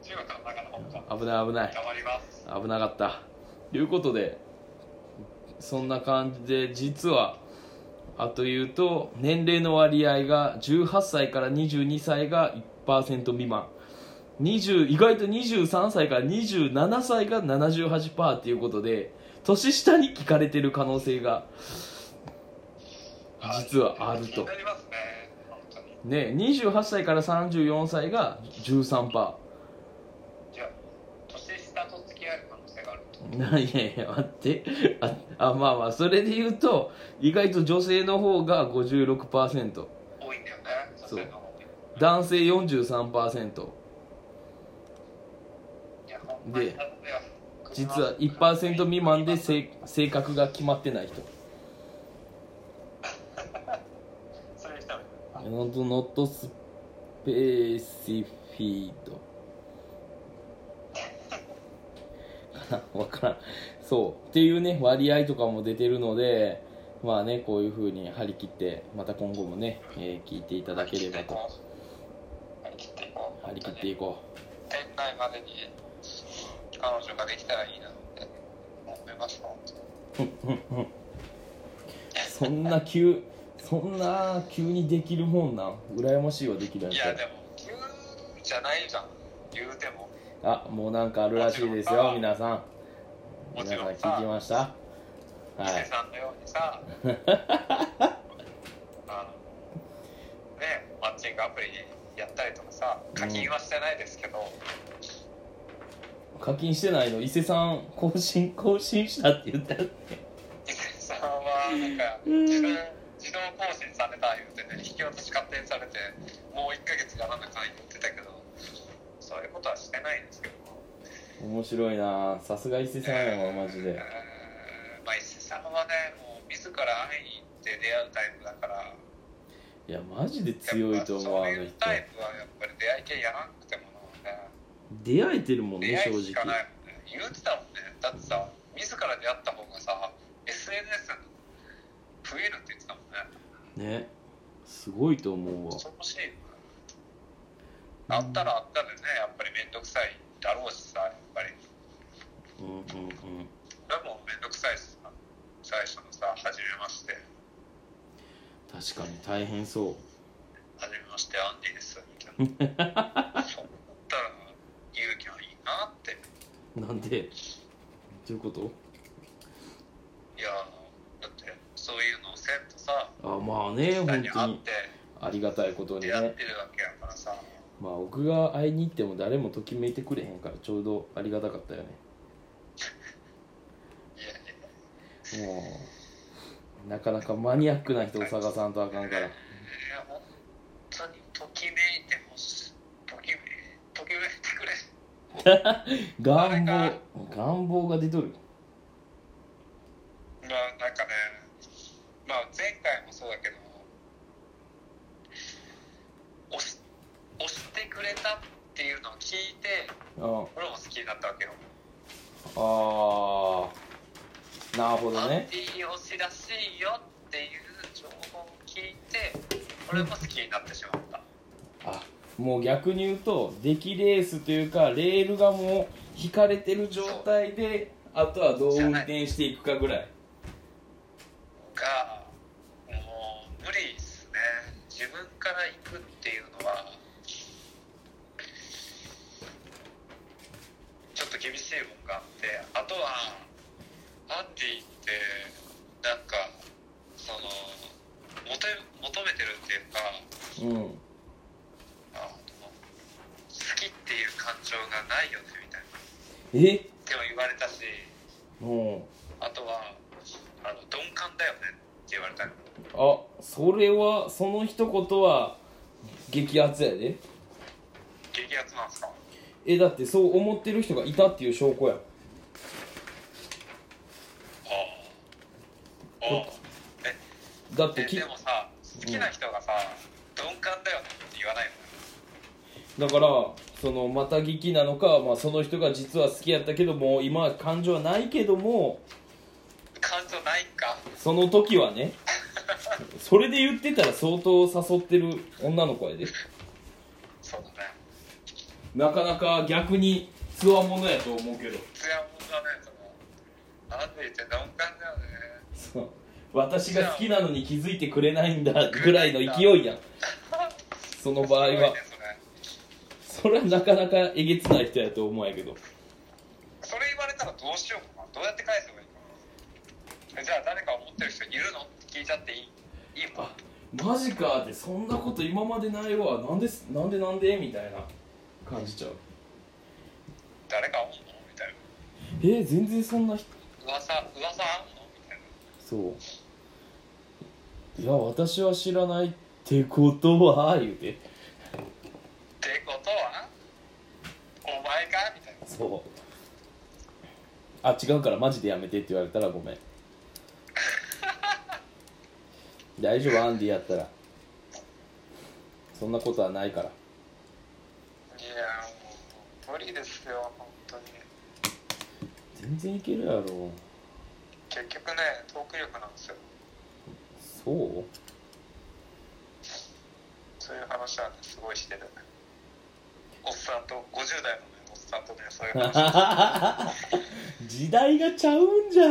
[SPEAKER 1] 中中学の中の方か。
[SPEAKER 2] 危ない危ない
[SPEAKER 1] 頑張ります。
[SPEAKER 2] 危なかったということでそんな感じで実はあというと年齢の割合が18歳から22歳が1%未満20意外と23歳から27歳が78%っていうことで年下に聞かれてる可能性が実はある
[SPEAKER 1] 気に
[SPEAKER 2] と
[SPEAKER 1] なりますね。本当に。
[SPEAKER 2] ね28歳から34歳が13%
[SPEAKER 1] じゃあ、年下と付き合える可能性があると。
[SPEAKER 2] ないやいや待ってああまあまあそれで言うと意外と女性の方が56%
[SPEAKER 1] 多いんだよね。
[SPEAKER 2] そう
[SPEAKER 1] 女性の方に
[SPEAKER 2] 男性43%
[SPEAKER 1] いや、ほんまに頼むよ
[SPEAKER 2] 実は1%未満で性性格が決まってない人
[SPEAKER 1] そういう人もいる
[SPEAKER 2] Not, not specified か (laughs) なわからんそうっていうね割合とかも出てるのでまあねこういうふうに張り切ってまた今後もね、えー聞いていただければと
[SPEAKER 1] 張り切っていこう。
[SPEAKER 2] 張り切っていこう
[SPEAKER 1] 年内までに彼女ができたらいいなって思いますもん
[SPEAKER 2] そんな急そんな急にできるもんなん羨ましいわできるや
[SPEAKER 1] いや
[SPEAKER 2] つ
[SPEAKER 1] でも急じゃないじゃん言うても
[SPEAKER 2] あもうなんかあるらしいですよ皆さん
[SPEAKER 1] も
[SPEAKER 2] 皆
[SPEAKER 1] ち
[SPEAKER 2] さん
[SPEAKER 1] ろん
[SPEAKER 2] 聞き
[SPEAKER 1] さ
[SPEAKER 2] ました
[SPEAKER 1] 伊
[SPEAKER 2] は
[SPEAKER 1] 勢
[SPEAKER 2] い
[SPEAKER 1] さんのように
[SPEAKER 2] (laughs)
[SPEAKER 1] さあのねマッチングアプリやったりとかさ課金はしてないですけど、
[SPEAKER 2] 課金してないの伊勢さん更新 (laughs) 更新したって言ったよね
[SPEAKER 1] 伊勢さんはなんか自分自動更新された言うてね引き落とし勝手にされてもう1ヶ月やらなかん言ってたけどそういうことはしてないんですけど
[SPEAKER 2] 面白いなさすが伊勢さんやわマジで
[SPEAKER 1] えーまあ伊勢さんはねもう自ら会いに行って出会うタイプだから
[SPEAKER 2] いやマジで強いと思うあ
[SPEAKER 1] や
[SPEAKER 2] の
[SPEAKER 1] っぱそういうタ
[SPEAKER 2] 人
[SPEAKER 1] イプはやっぱり出会い系やらなくてもな、ね、
[SPEAKER 2] 出会えてるもん
[SPEAKER 1] 出
[SPEAKER 2] ね正
[SPEAKER 1] 会いしかな
[SPEAKER 2] 直
[SPEAKER 1] いもんね言ってたもんねだってさ自ら出会った方がさ SNS 増えるって言ってたもんね
[SPEAKER 2] ねすごいと思うわ
[SPEAKER 1] 恐ろしいよねあったらあったでねやっぱり面倒くさいだろうしさやっぱり
[SPEAKER 2] うんうんうん
[SPEAKER 1] 俺も面倒くさいしさ最初のさ初めまして
[SPEAKER 2] 確かに大変そう
[SPEAKER 1] はじめまして、アンディです。みたいな。そうだったら、勇気はいいなって。
[SPEAKER 2] なんでどういうこと
[SPEAKER 1] いや、あのだって、そういうのをせんとさ、
[SPEAKER 2] あまあね
[SPEAKER 1] 実際
[SPEAKER 2] 本
[SPEAKER 1] に
[SPEAKER 2] 当
[SPEAKER 1] 会っ
[SPEAKER 2] に
[SPEAKER 1] て、
[SPEAKER 2] ありがたいことに
[SPEAKER 1] 出会っ
[SPEAKER 2] ね
[SPEAKER 1] てるわけやからさ。
[SPEAKER 2] まあ僕が会いに行っても誰もときめいてくれへんからちょうどありがたかったよね
[SPEAKER 1] いやいや、
[SPEAKER 2] もうなかなかマニアックな人を探さんとあかんから
[SPEAKER 1] いや本当にときめいてほしい。ときめいときめいてくれ。
[SPEAKER 2] 願望願望が出とる
[SPEAKER 1] まあ、なんかね、まあ、前回もそうだけど、押し押してくれたっていうのを聞いて、
[SPEAKER 2] あ
[SPEAKER 1] 俺も好きになったわけよ。
[SPEAKER 2] あーなるほど
[SPEAKER 1] アン
[SPEAKER 2] ね
[SPEAKER 1] ディ推しらしいよっていう情報を聞いて俺も好きになってしまった
[SPEAKER 2] あもう逆に言うと出来レースというかレールがもう引かれてる状態であとはどう運転していくかぐらい
[SPEAKER 1] がもう無理っすね自分から行くっていうのはちょっと厳しいもんがあってあとはアンディってなんかその求め求めてるっていうか
[SPEAKER 2] うん
[SPEAKER 1] あの好きっていう感情がないよねみたいな
[SPEAKER 2] え
[SPEAKER 1] でも言われたし
[SPEAKER 2] も
[SPEAKER 1] あとはあの鈍感だよねって言われたの
[SPEAKER 2] うあそれはその一言は激アツやで
[SPEAKER 1] 激アツなんですか
[SPEAKER 2] えだってそう思ってる人がいたっていう証拠やん
[SPEAKER 1] ああああえ
[SPEAKER 2] だって
[SPEAKER 1] え
[SPEAKER 2] き
[SPEAKER 1] でもさ好きな人がさ、鈍感だよねって言わないの
[SPEAKER 2] だからそのまた聞きなのか、まあ、その人が実は好きやったけどもう今は感情はないけども
[SPEAKER 1] 感情ないんか
[SPEAKER 2] その時はねそれで言ってたら相当誘ってる女の子やで
[SPEAKER 1] そうだね
[SPEAKER 2] なかなか逆につわものやと思うけど
[SPEAKER 1] つやもんだねそのあんでいて鈍感だよね
[SPEAKER 2] そう私が好きなのに気づいてくれないんだぐらいの勢いやんその場合
[SPEAKER 1] すごい
[SPEAKER 2] は
[SPEAKER 1] ねそれ
[SPEAKER 2] それはなかなかえげつない人やと思うんやけど
[SPEAKER 1] それ言われたらどうしようかなどうやって返せばいいかなえじゃあ誰か思ってる人いるのって聞いちゃっていいいいもん
[SPEAKER 2] あマジかってそんなこと今までないわなんですなんでなんでみたいな感じちゃう
[SPEAKER 1] 誰か思うのみたいな
[SPEAKER 2] えー、全然そんな人
[SPEAKER 1] 噂噂あんのみたいな
[SPEAKER 2] そういや私は知らないってことは言うて
[SPEAKER 1] ってことはお前かみたいな
[SPEAKER 2] そうあ違うからマジでやめてって言われたら (laughs) ごめん大丈夫アンディやったらそんなことはないから
[SPEAKER 1] いやもう無理ですよ本当に
[SPEAKER 2] 全然いけるやろ
[SPEAKER 1] 結局ねトーク力なんですよ
[SPEAKER 2] そう
[SPEAKER 1] そういう話はねすごいしてるおっさんと50代のねおっさんとねそういう
[SPEAKER 2] (laughs)
[SPEAKER 1] 話
[SPEAKER 2] 時代がちゃうんじゃ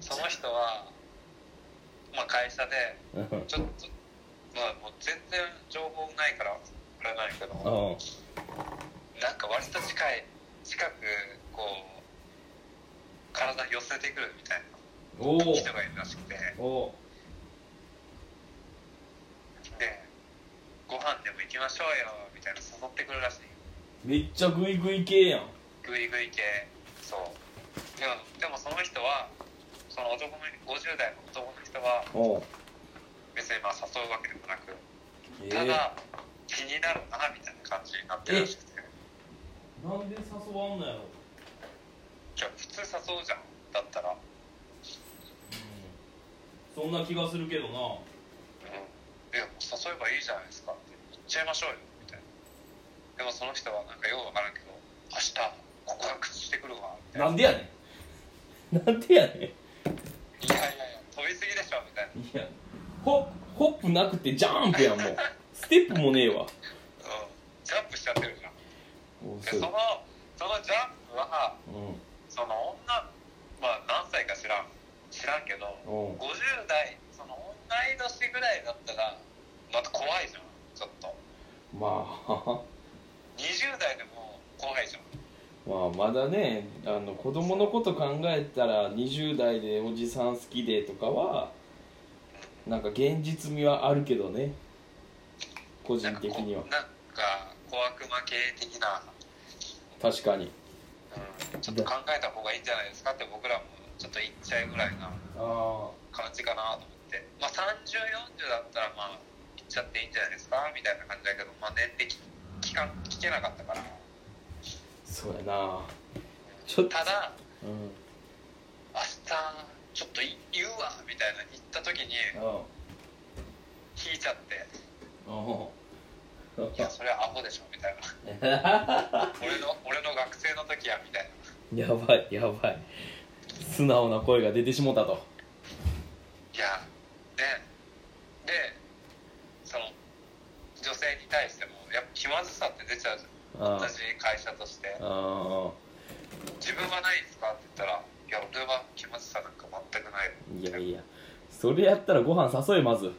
[SPEAKER 1] その人は、まあ、会社でちょっとまあもう全然情報ないからあれないけど
[SPEAKER 2] うん
[SPEAKER 1] なんか割と近い近くこう体寄せてくるみたい
[SPEAKER 2] おお
[SPEAKER 1] な人がいるらしくて
[SPEAKER 2] お
[SPEAKER 1] でご飯でも行きましょうよみたいな誘ってくるらしい
[SPEAKER 2] めっちゃグイグイ系やん
[SPEAKER 1] グイグイ系そうでもでもその人はその男の50代の男の人は
[SPEAKER 2] おう
[SPEAKER 1] 別にまあ誘うわけでもなく
[SPEAKER 2] え
[SPEAKER 1] た
[SPEAKER 2] ー、
[SPEAKER 1] だ気になるなみたいな感じになってるらしくて
[SPEAKER 2] なんで誘わんのやろ
[SPEAKER 1] いや普通誘うじゃんだったら、うん、
[SPEAKER 2] そんな気がするけどな
[SPEAKER 1] えもう誘えばいいじゃないですかって行っちゃいましょうよみたいなでもその人はなんかようわからんけど明日告白してくるわみたいな
[SPEAKER 2] なんでやねんなんでやね
[SPEAKER 1] いやいやいや飛びすぎでしょみたいなん
[SPEAKER 2] いやホホップなくてジャンプやんもうステップもねえわ
[SPEAKER 1] うんジャンプしちゃってるじゃん
[SPEAKER 2] お
[SPEAKER 1] でそのそのジャンプは
[SPEAKER 2] う
[SPEAKER 1] その女まあ何歳か知らん知らんけど
[SPEAKER 2] んうん
[SPEAKER 1] 50代その同い年ぐらいだったらまた怖いじゃんちょっと
[SPEAKER 2] まあ
[SPEAKER 1] 20代でも怖いじゃん
[SPEAKER 2] まあまだねあの子供のこと考えたら20代でおじさん好きでとかはなんか現実味はあるけどね個人的には
[SPEAKER 1] なんか小悪魔系的な、
[SPEAKER 2] 確かに
[SPEAKER 1] うん、ちょっと考えた方がいいんじゃないですかって僕らもちょっと言っちゃうぐらいな
[SPEAKER 2] あ
[SPEAKER 1] 感じかなと思ってまあ3040だったらまあ言っちゃっていいんじゃないですかみたいな感じだけどまあ年齢期間聞けなかったから
[SPEAKER 2] そうやなちょっと
[SPEAKER 1] ただ
[SPEAKER 2] うん
[SPEAKER 1] 明日ちょっとい言うわみたいな言った時に
[SPEAKER 2] あ
[SPEAKER 1] 引いちゃって
[SPEAKER 2] あ
[SPEAKER 1] いやそれはアホでしょみたいな俺の俺の学生の時やみたいな
[SPEAKER 2] (laughs) やばいやばい素直な声が出てしもたと
[SPEAKER 1] いやででその女性に対してもやっぱ気まずさって出ちゃうじゃん
[SPEAKER 2] あ
[SPEAKER 1] 同じ会社として
[SPEAKER 2] ああ
[SPEAKER 1] 自分はないですかって言ったらいや俺は気まずさなんか全くないよ
[SPEAKER 2] いやいやそれやったらご飯誘えまず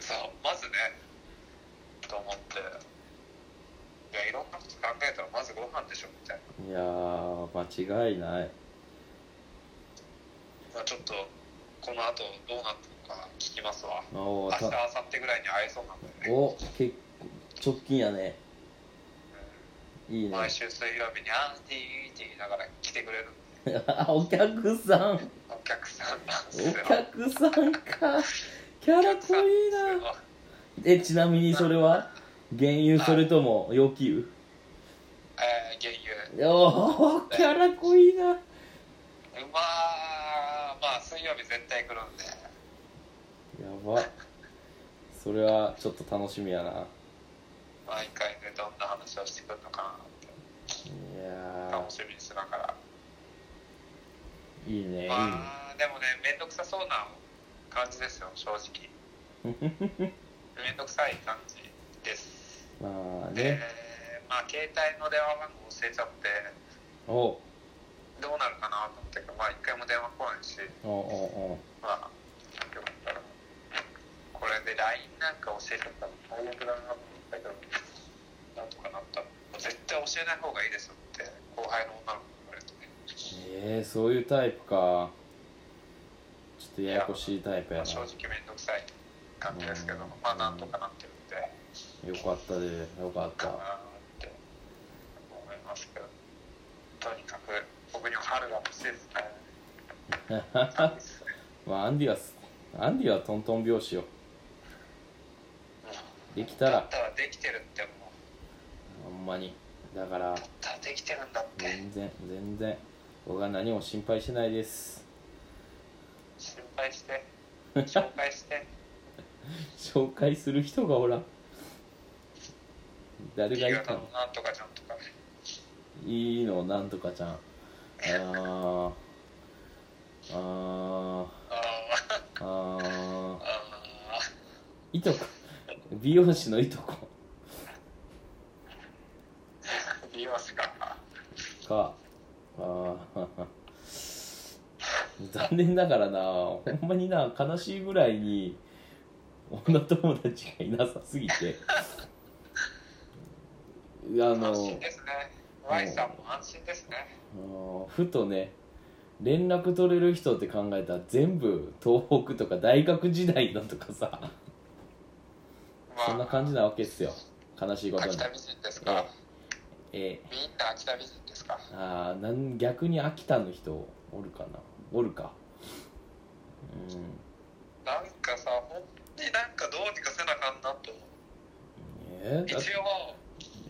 [SPEAKER 1] そうまずねと思っていやいろんなこと考えたらまずご飯でしょみたいない
[SPEAKER 2] やー間違いない
[SPEAKER 1] まあちょっとこの後どうなったのか聞きますわ明
[SPEAKER 2] おー
[SPEAKER 1] 日明
[SPEAKER 2] た
[SPEAKER 1] 後日ぐらいに会えそうなんだよね
[SPEAKER 2] お結構直近やねいいね
[SPEAKER 1] 毎週水曜日にアンディーって言いながら来てくれるんで
[SPEAKER 2] (laughs) お客さん
[SPEAKER 1] お客さんなんですよ
[SPEAKER 2] お客さんかキャラ濃いなえちなみにそれは原油それとも予期
[SPEAKER 1] えー、原油
[SPEAKER 2] 油おおキャラ濃いな
[SPEAKER 1] まあまあ水曜日絶対来るんで
[SPEAKER 2] やばそれはちょっと楽しみやな
[SPEAKER 1] 毎回ねどんな話をしてくるのか
[SPEAKER 2] い
[SPEAKER 1] なって
[SPEAKER 2] や
[SPEAKER 1] 楽しみにしながら
[SPEAKER 2] ーいいねいいね
[SPEAKER 1] まあでもね面倒くさそうな感じですよ正直面倒くさい感じです
[SPEAKER 2] まあ
[SPEAKER 1] で
[SPEAKER 2] ね
[SPEAKER 1] あ携帯の電話番号教えちゃって
[SPEAKER 2] おう
[SPEAKER 1] どうなるかなと思ったけどまあ一回も電話来ないし
[SPEAKER 2] おうおう
[SPEAKER 1] まあよかったらこれで LINE なんか教えちゃったら最悪だなと思ったけどなんとかなった絶対教えない方がいいですよって後輩の女の子に言われてね
[SPEAKER 2] えー、そういうタイプかちょっとややこしいタイプや
[SPEAKER 1] まあ
[SPEAKER 2] な
[SPEAKER 1] 正直面倒くさい感じですけどまあなんとかなってるんで。
[SPEAKER 2] よかったでよかっ
[SPEAKER 1] かなったて思いますけどとにかく僕には春が欲しいですねいいっすね
[SPEAKER 2] まあアンディはアンディはトントン拍子よできた
[SPEAKER 1] だ
[SPEAKER 2] ら
[SPEAKER 1] ったらできてるってもう
[SPEAKER 2] ほんまにだから
[SPEAKER 1] だったらできてるんだって
[SPEAKER 2] 全然全然僕は何も心配してないです
[SPEAKER 1] 心配
[SPEAKER 2] (laughs)
[SPEAKER 1] して紹介して
[SPEAKER 2] 紹介する人がおらん誰が
[SPEAKER 1] 新
[SPEAKER 2] いい
[SPEAKER 1] 潟
[SPEAKER 2] か
[SPEAKER 1] のなんとかちゃんとか
[SPEAKER 2] いいのなんとかちゃんあー
[SPEAKER 1] あー
[SPEAKER 2] あーあー
[SPEAKER 1] あ
[SPEAKER 2] いとこ美容師のいとこ
[SPEAKER 1] ー美容師か
[SPEAKER 2] かああ (laughs) 残念ながらなほんまにな悲しいぐらいに女友達がいなさすぎてあ
[SPEAKER 1] 安
[SPEAKER 2] の
[SPEAKER 1] 心ですね Y さんも安心ですね
[SPEAKER 2] あーふとね連絡取れる人って考えたら全部東北とか大学時代のとかさそんな
[SPEAKER 1] まあ
[SPEAKER 2] 感じなわけですよ悲しいことに
[SPEAKER 1] 秋田美人ですか
[SPEAKER 2] え
[SPEAKER 1] みんな秋田美人ですか
[SPEAKER 2] ー、あーなん逆に秋田の人おるかなおるかうん
[SPEAKER 1] なんかさ本当になんかどうにかせなあかんなと思う
[SPEAKER 2] えー
[SPEAKER 1] 一
[SPEAKER 2] だ
[SPEAKER 1] 応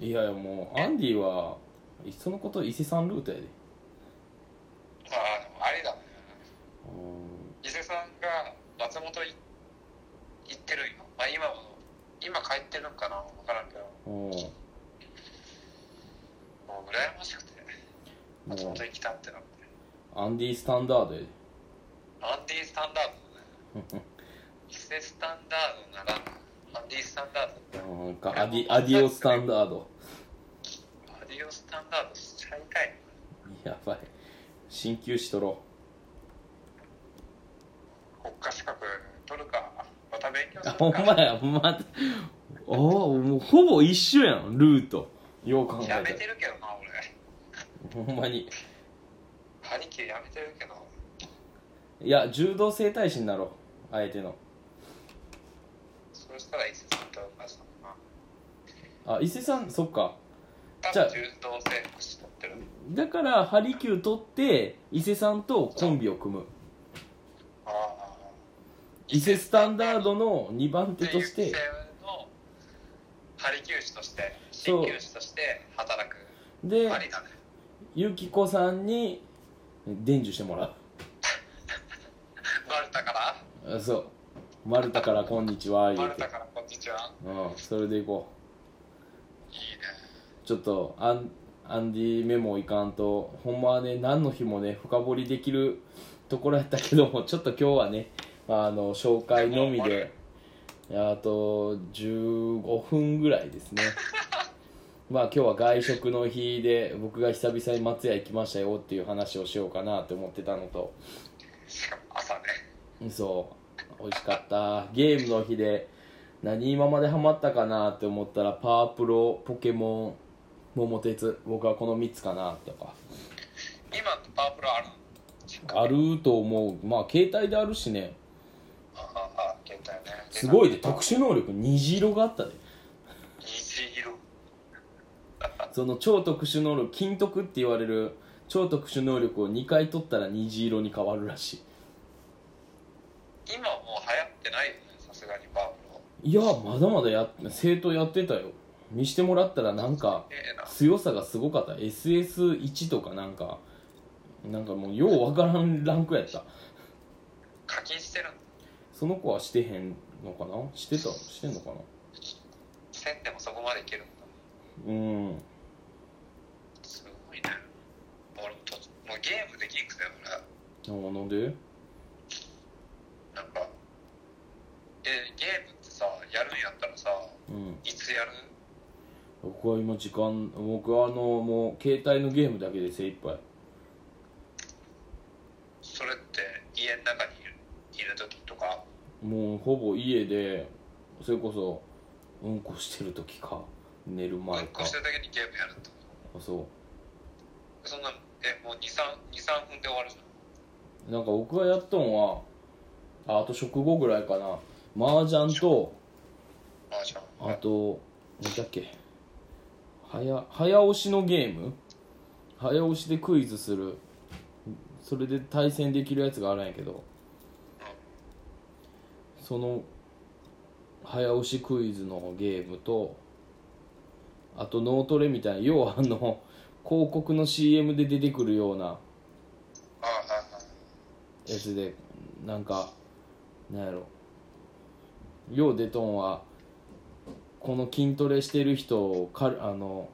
[SPEAKER 2] いやいやもうアンディはいっそのこと伊勢さんルートやで
[SPEAKER 1] まあでもあれだね
[SPEAKER 2] う
[SPEAKER 1] 伊勢さんが松本い行ってるんよまあ今は今帰ってるんかな分からんけど
[SPEAKER 2] んうん
[SPEAKER 1] もう羨ましくて松
[SPEAKER 2] も
[SPEAKER 1] 本行きたってなって
[SPEAKER 2] うアンディスタンダードやで
[SPEAKER 1] アンディスタンダードだね伊勢スタンダードならアンディスタンダード
[SPEAKER 2] うんかアディアディオスタンダード
[SPEAKER 1] アディオスタンダードしちゃいたい
[SPEAKER 2] やばい鍼灸師取ろ
[SPEAKER 1] 国家資格取るかまた勉強
[SPEAKER 2] う
[SPEAKER 1] す
[SPEAKER 2] あ
[SPEAKER 1] る
[SPEAKER 2] ほん
[SPEAKER 1] か
[SPEAKER 2] まやまたおおもうほぼ一緒やんルートよう考えた
[SPEAKER 1] や
[SPEAKER 2] ら
[SPEAKER 1] めてるけどな俺
[SPEAKER 2] ほんまに
[SPEAKER 1] 張り切りやめてるけど
[SPEAKER 2] いや柔道整体師になろうあえての
[SPEAKER 1] そしたら伊勢さんと同じのかな
[SPEAKER 2] あ伊勢さんそっか
[SPEAKER 1] 多
[SPEAKER 2] じゃあ
[SPEAKER 1] 分柔道整復師取ってる
[SPEAKER 2] だからハリキュー取って伊勢さんとコンビを組む
[SPEAKER 1] ああ
[SPEAKER 2] 伊勢スタンダードの2番手とし
[SPEAKER 1] 伊
[SPEAKER 2] て
[SPEAKER 1] 勢の針灸師として
[SPEAKER 2] そう
[SPEAKER 1] 鍼灸師として働く
[SPEAKER 2] で
[SPEAKER 1] ありだね
[SPEAKER 2] ゆきこさんに伝授してもら
[SPEAKER 1] マルタから
[SPEAKER 2] うあそう「マルタからこんにちは」言
[SPEAKER 1] マ
[SPEAKER 2] う
[SPEAKER 1] ル
[SPEAKER 2] て
[SPEAKER 1] タ、からこんにちは
[SPEAKER 2] うん、それでいこ
[SPEAKER 1] いいね
[SPEAKER 2] うちょっとアンアンディメモいかんとほんまはね何の日もね深掘りできるところやったけどもちょっと今日はねあの紹介のみであと15分ぐらいですね (laughs) まあ今日は外食の日で僕が久々に松屋行きましたよっていう話をしようかなって思ってたのと
[SPEAKER 1] しかも朝ね
[SPEAKER 2] そう美味しかったゲームの日で何今までハマったかなって思ったらパワープロポケモン桃鉄僕はこの3つかなとか
[SPEAKER 1] 今パワープロある
[SPEAKER 2] あると思うまあ携帯であるしね
[SPEAKER 1] ああああ携帯ね
[SPEAKER 2] すごいで特殊能力虹色があったで
[SPEAKER 1] 虹色
[SPEAKER 2] その超特殊能力金徳って言われる超特殊能力を2回取ったら虹色に変わるらし
[SPEAKER 1] 今もう流行ってないよねさすがにパワープロ
[SPEAKER 2] いいやまだまだやっ生徒やってたよ見してもらったらなんか
[SPEAKER 1] ええな
[SPEAKER 2] 強さがすごかった SS1 とかなんかなんかもうようわからんランクやった
[SPEAKER 1] 課金してるの
[SPEAKER 2] その子はしてへんのかなしてたしてんのかな
[SPEAKER 1] せんでもそこまでいけるんだ
[SPEAKER 2] うん
[SPEAKER 1] すごいね俺もともうゲームできんくて俺
[SPEAKER 2] なので
[SPEAKER 1] なんかえゲームってさやるんやったらさ
[SPEAKER 2] うん
[SPEAKER 1] いつやる
[SPEAKER 2] 僕は今時間僕はあのもう携帯のゲームだけで精一杯
[SPEAKER 1] それって家の中にいるいる時とか
[SPEAKER 2] もうほぼ家でそれこそうんこしてる時か寝る
[SPEAKER 1] うん
[SPEAKER 2] 前
[SPEAKER 1] こ
[SPEAKER 2] か
[SPEAKER 1] してる時にゲームやるってこ
[SPEAKER 2] あそ
[SPEAKER 1] とそんなえもう23分で終わるじゃん
[SPEAKER 2] うなんか僕がやっとんはああと食後ぐらいかな麻雀と
[SPEAKER 1] マージャン
[SPEAKER 2] あと何だっけ早早押しのゲーム早押しでクイズするそれで対戦できるやつがあるんやけどその早押しクイズのゲームとあと脳トレみたいな要はあの広告の CM で出てくるような
[SPEAKER 1] あはいはい
[SPEAKER 2] やつでなんかなんやろよう出とんはこの筋トレしてる人をかるあの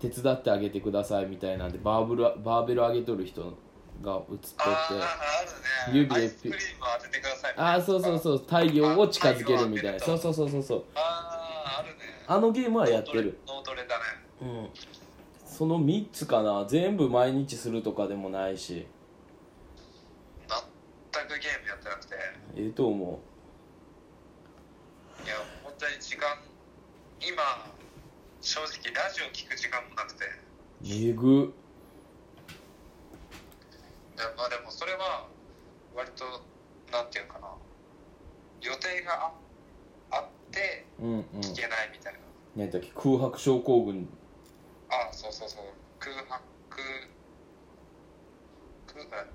[SPEAKER 2] 手伝ってあげてくださいみたいなんでバーブルバーベル上げとる人が映っとって
[SPEAKER 1] あーあるね
[SPEAKER 2] 指で
[SPEAKER 1] アイスクリーム当ててくださいみたいな
[SPEAKER 2] ああそうそうそう太陽を近づけるみたいなそうそうそうそうそう
[SPEAKER 1] あああるね
[SPEAKER 2] あのゲームはやってる
[SPEAKER 1] 脳トレ脳トレだね
[SPEAKER 2] うんその3つかな全部毎日するとかでもないし
[SPEAKER 1] 全くゲームやってなくてい
[SPEAKER 2] ええと思
[SPEAKER 1] や本当に時間今正直ラジオ聞く時間もなくて
[SPEAKER 2] うえぐ
[SPEAKER 1] でまあでもそれは割となんていうかな予定がああって
[SPEAKER 2] うんうん
[SPEAKER 1] 聞けないみたいな、
[SPEAKER 2] 何だっけ空白症候群
[SPEAKER 1] あそうそうそう空白空あ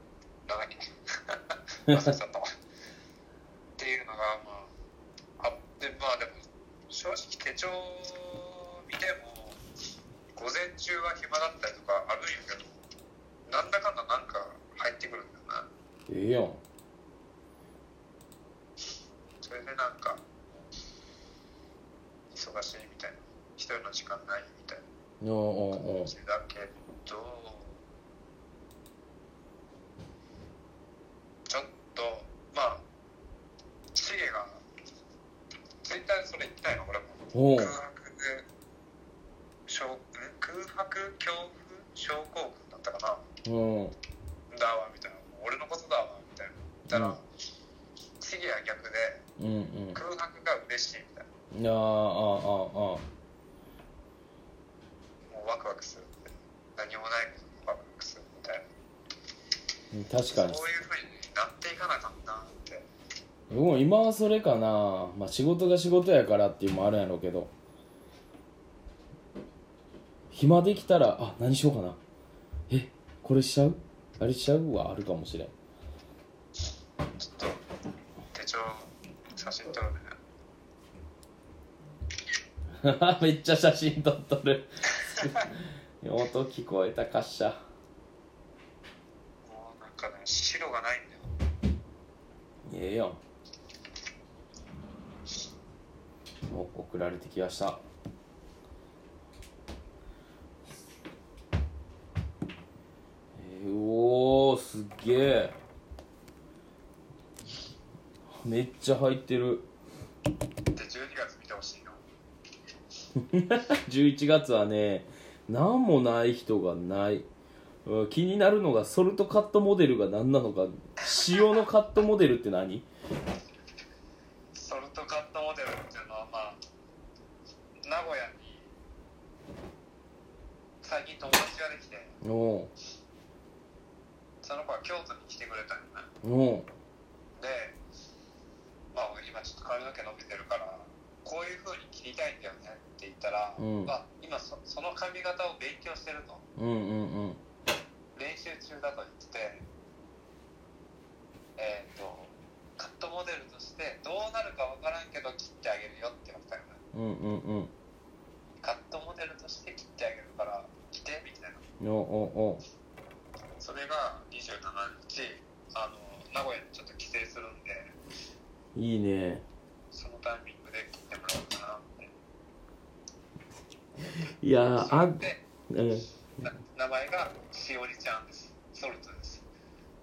[SPEAKER 1] なんだっけ (laughs) 忘れちゃったわっていうのがまああでまあでも正直手帳見ても午前中は暇だったりとかあるんやけどなんだかんだなんか入ってくるんだよな
[SPEAKER 2] ええやん
[SPEAKER 1] それでなんか忙しいみたいな一人の時間ないみたいな
[SPEAKER 2] うんうんうん
[SPEAKER 1] 感じだけどちょっとまあシゲがツイッターでそれ言ってたいの俺も
[SPEAKER 2] おう
[SPEAKER 1] 空白で症ん空白恐怖症候群だったかな
[SPEAKER 2] うん
[SPEAKER 1] だわみたいな俺のことだわみたいな言ったら、
[SPEAKER 2] うん
[SPEAKER 1] シゲは逆で
[SPEAKER 2] うんうん
[SPEAKER 1] 空白が嬉しいみたい
[SPEAKER 2] あああああ
[SPEAKER 1] な
[SPEAKER 2] あ
[SPEAKER 1] もうワクワクするみたいな何もないことにワクワクするみたいな
[SPEAKER 2] うん確かに
[SPEAKER 1] そういうふうになっていかなかったなって
[SPEAKER 2] 僕も今はそれかな、まあ、仕事が仕事やからっていうのもあるんやろうけど暇できたらあ何しようかなえこれしちゃうあれしちゃうはあるかもしれん (laughs)
[SPEAKER 1] ちょっと手帳写真撮るね
[SPEAKER 2] めっちゃ写真撮っとる (laughs) 音聞こえたかっしゃ
[SPEAKER 1] もうなんかね白がないんだよ
[SPEAKER 2] ええやんもう送られてきましたえー、おーすっげえめっちゃ入ってる
[SPEAKER 1] で12月見てほしいの
[SPEAKER 2] 11月はね何もない人がないうん気になるのがソルトカットモデルが何なのか塩のカットモデルって何
[SPEAKER 1] ソルトカットモデルっていうのはまあ名古屋に最近友達ができて
[SPEAKER 2] お
[SPEAKER 1] その子は京都に来てくれたんだね
[SPEAKER 2] うんうん
[SPEAKER 1] でまあ俺今ちょっと髪の毛伸びてるからこういう風に切りたいんだよねって言ったら、
[SPEAKER 2] うん
[SPEAKER 1] あ今そその髪型を勉強してると
[SPEAKER 2] うんうんうん
[SPEAKER 1] 練習中だと言っててえっ、とカットモデルとしてどうなるかわからんけど切ってあげるよって言われたよね
[SPEAKER 2] うんうんうん
[SPEAKER 1] カットモデルとして切ってあげるから来てみたいな
[SPEAKER 2] おお
[SPEAKER 1] それが27日あの名古屋にちょっと帰省するんで
[SPEAKER 2] おいいね
[SPEAKER 1] そのタイミングで切ってもらおうかなって
[SPEAKER 2] いやーあん
[SPEAKER 1] で
[SPEAKER 2] う
[SPEAKER 1] な名前がしおりちゃんですソルトです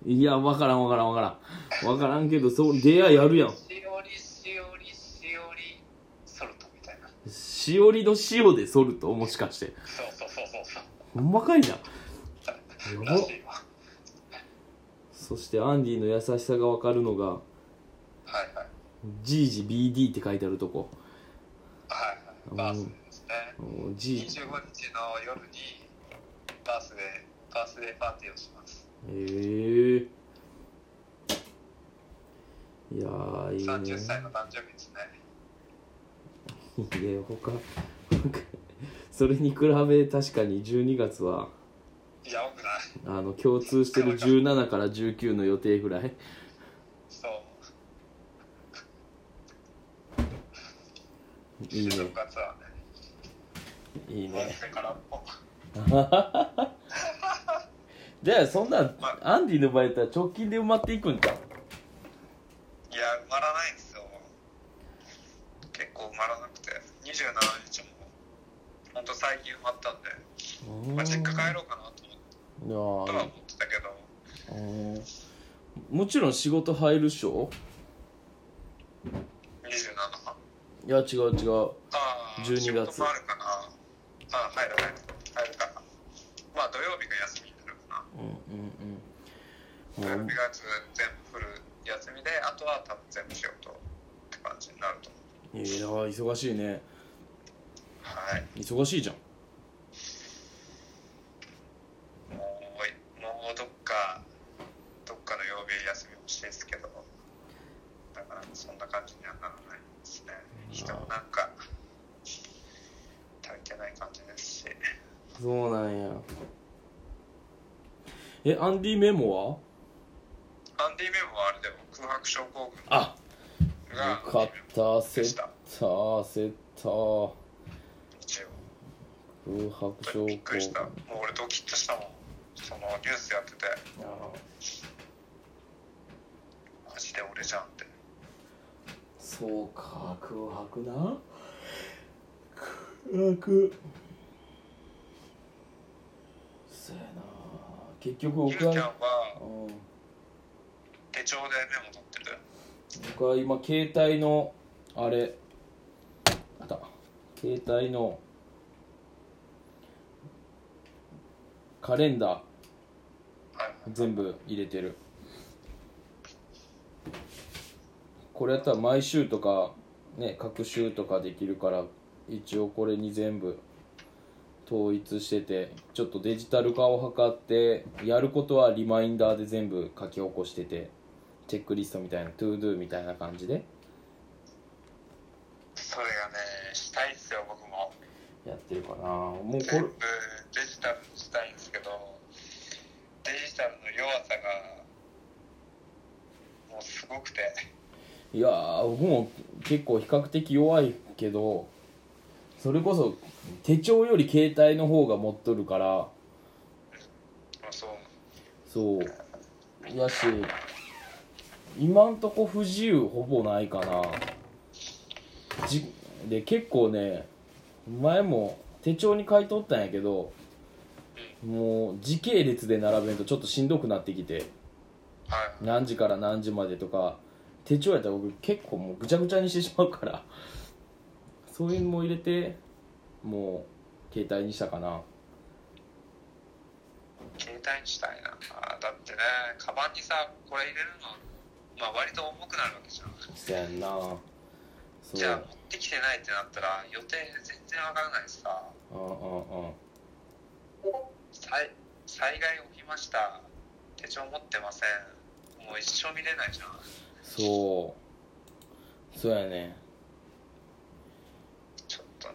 [SPEAKER 2] んいやわからんわからんわからんわからんけどそう出会いあるやん
[SPEAKER 1] しおりしおりしおりソルトみたいな
[SPEAKER 2] ししおりの塩で剃るともしかして
[SPEAKER 1] そうそうそうそうそう
[SPEAKER 2] ほんまかいなや
[SPEAKER 1] ら
[SPEAKER 2] ば
[SPEAKER 1] しいわ
[SPEAKER 2] そしてアンディの優しさがわかるのが
[SPEAKER 1] はいはい
[SPEAKER 2] GGBD って書いてあるとこ
[SPEAKER 1] はいはいバースデーですね
[SPEAKER 2] うん G
[SPEAKER 1] 25日の夜にバースデーバースデーパーティーをします
[SPEAKER 2] えー、いやーいいね
[SPEAKER 1] 30歳の誕生日ですね
[SPEAKER 2] いいね他 (laughs) 他それに比べ確かに12月はい
[SPEAKER 1] や多くない
[SPEAKER 2] あの共通してる17から19の予定ぐらい
[SPEAKER 1] そう
[SPEAKER 2] いいね
[SPEAKER 1] 正月はね
[SPEAKER 2] いい
[SPEAKER 1] バー
[SPEAKER 2] ね
[SPEAKER 1] スデーからも
[SPEAKER 2] じゃあそんなん
[SPEAKER 1] まあ
[SPEAKER 2] アンディの場合やったら直近で埋まっていくんか
[SPEAKER 1] いや埋まらないんですよ結構埋まらなくて27日もほんと最近埋まったんで、まあ、実家帰ろうかなと思って
[SPEAKER 2] いやー
[SPEAKER 1] とは思ってたけど
[SPEAKER 2] うんもちろん仕事入るっしょ
[SPEAKER 1] 27あ
[SPEAKER 2] いや違う違う
[SPEAKER 1] あ
[SPEAKER 2] 12月
[SPEAKER 1] 仕事もあるかなああ入る入る入るかなまあ土曜日が休みになるかな
[SPEAKER 2] うんうん
[SPEAKER 1] 土
[SPEAKER 2] うん
[SPEAKER 1] 曜
[SPEAKER 2] もう
[SPEAKER 1] 日が全部フル休みであとは多分全部仕事って感じになると思う
[SPEAKER 2] いやー忙しいね
[SPEAKER 1] はい
[SPEAKER 2] 忙しいじゃん
[SPEAKER 1] もうもうどっかどっかの曜日休み欲しいですけどだからそんな感じにはならないですね人もなんか足りてない感じですし
[SPEAKER 2] そうなんやえアンディメモは
[SPEAKER 1] アンディ・メモはあれでも空白症候群
[SPEAKER 2] あ
[SPEAKER 1] が
[SPEAKER 2] よかった焦った焦った
[SPEAKER 1] 一応
[SPEAKER 2] 空白
[SPEAKER 1] 本当
[SPEAKER 2] 症候
[SPEAKER 1] にび
[SPEAKER 2] 群
[SPEAKER 1] っくりしたもう俺ドキッとしたもんそのニュースやってて
[SPEAKER 2] あ
[SPEAKER 1] マジで俺じゃんって
[SPEAKER 2] そうか空白な空白そうやな結局
[SPEAKER 1] ゆうち
[SPEAKER 2] 僕
[SPEAKER 1] ゃん
[SPEAKER 2] は
[SPEAKER 1] は
[SPEAKER 2] うん
[SPEAKER 1] 手帳でメモ取ってる
[SPEAKER 2] 僕は今携帯のあれあった携帯のカレンダ
[SPEAKER 1] はい
[SPEAKER 2] ー全部入れてるこれやったら毎週とかね各週とかできるから一応これに全部統一しててちょっとデジタル化を図ってやることはリマインダーで全部書き起こしててチェックリストみたいなトゥードゥみたいな感じで
[SPEAKER 1] それがねしたいっすよ僕も
[SPEAKER 2] やってるかなもうこ
[SPEAKER 1] 全
[SPEAKER 2] れ
[SPEAKER 1] 部デジタルにしたいんですけどデジタルの弱さがもうすごくて
[SPEAKER 2] いやー僕も結構比較的弱いけどそれこそ手帳より携帯の方が持っとるから
[SPEAKER 1] もうそう
[SPEAKER 2] そうやし今んとこ不自由ほぼないかなじで結構ね前も手帳に書いとったんやけどもう時系列で並べんとちょっとしんどくなってきて
[SPEAKER 1] はい
[SPEAKER 2] 何時から何時までとか手帳やったら僕結構もうぐちゃぐちゃにしてしまうからそういうのも入れてもう携帯にしたかな
[SPEAKER 1] 携帯にしたいなあーだってねカバンにさこれ入れるの、まあ、割と重くなるわけじゃん
[SPEAKER 2] そやんなそう
[SPEAKER 1] じゃあ持ってきてないってなったら予定全然わからないしさ
[SPEAKER 2] うんうんうん
[SPEAKER 1] 災災害起きました手帳持ってませんもう一生見れないじゃん
[SPEAKER 2] そうそうやね
[SPEAKER 1] ちょっとね、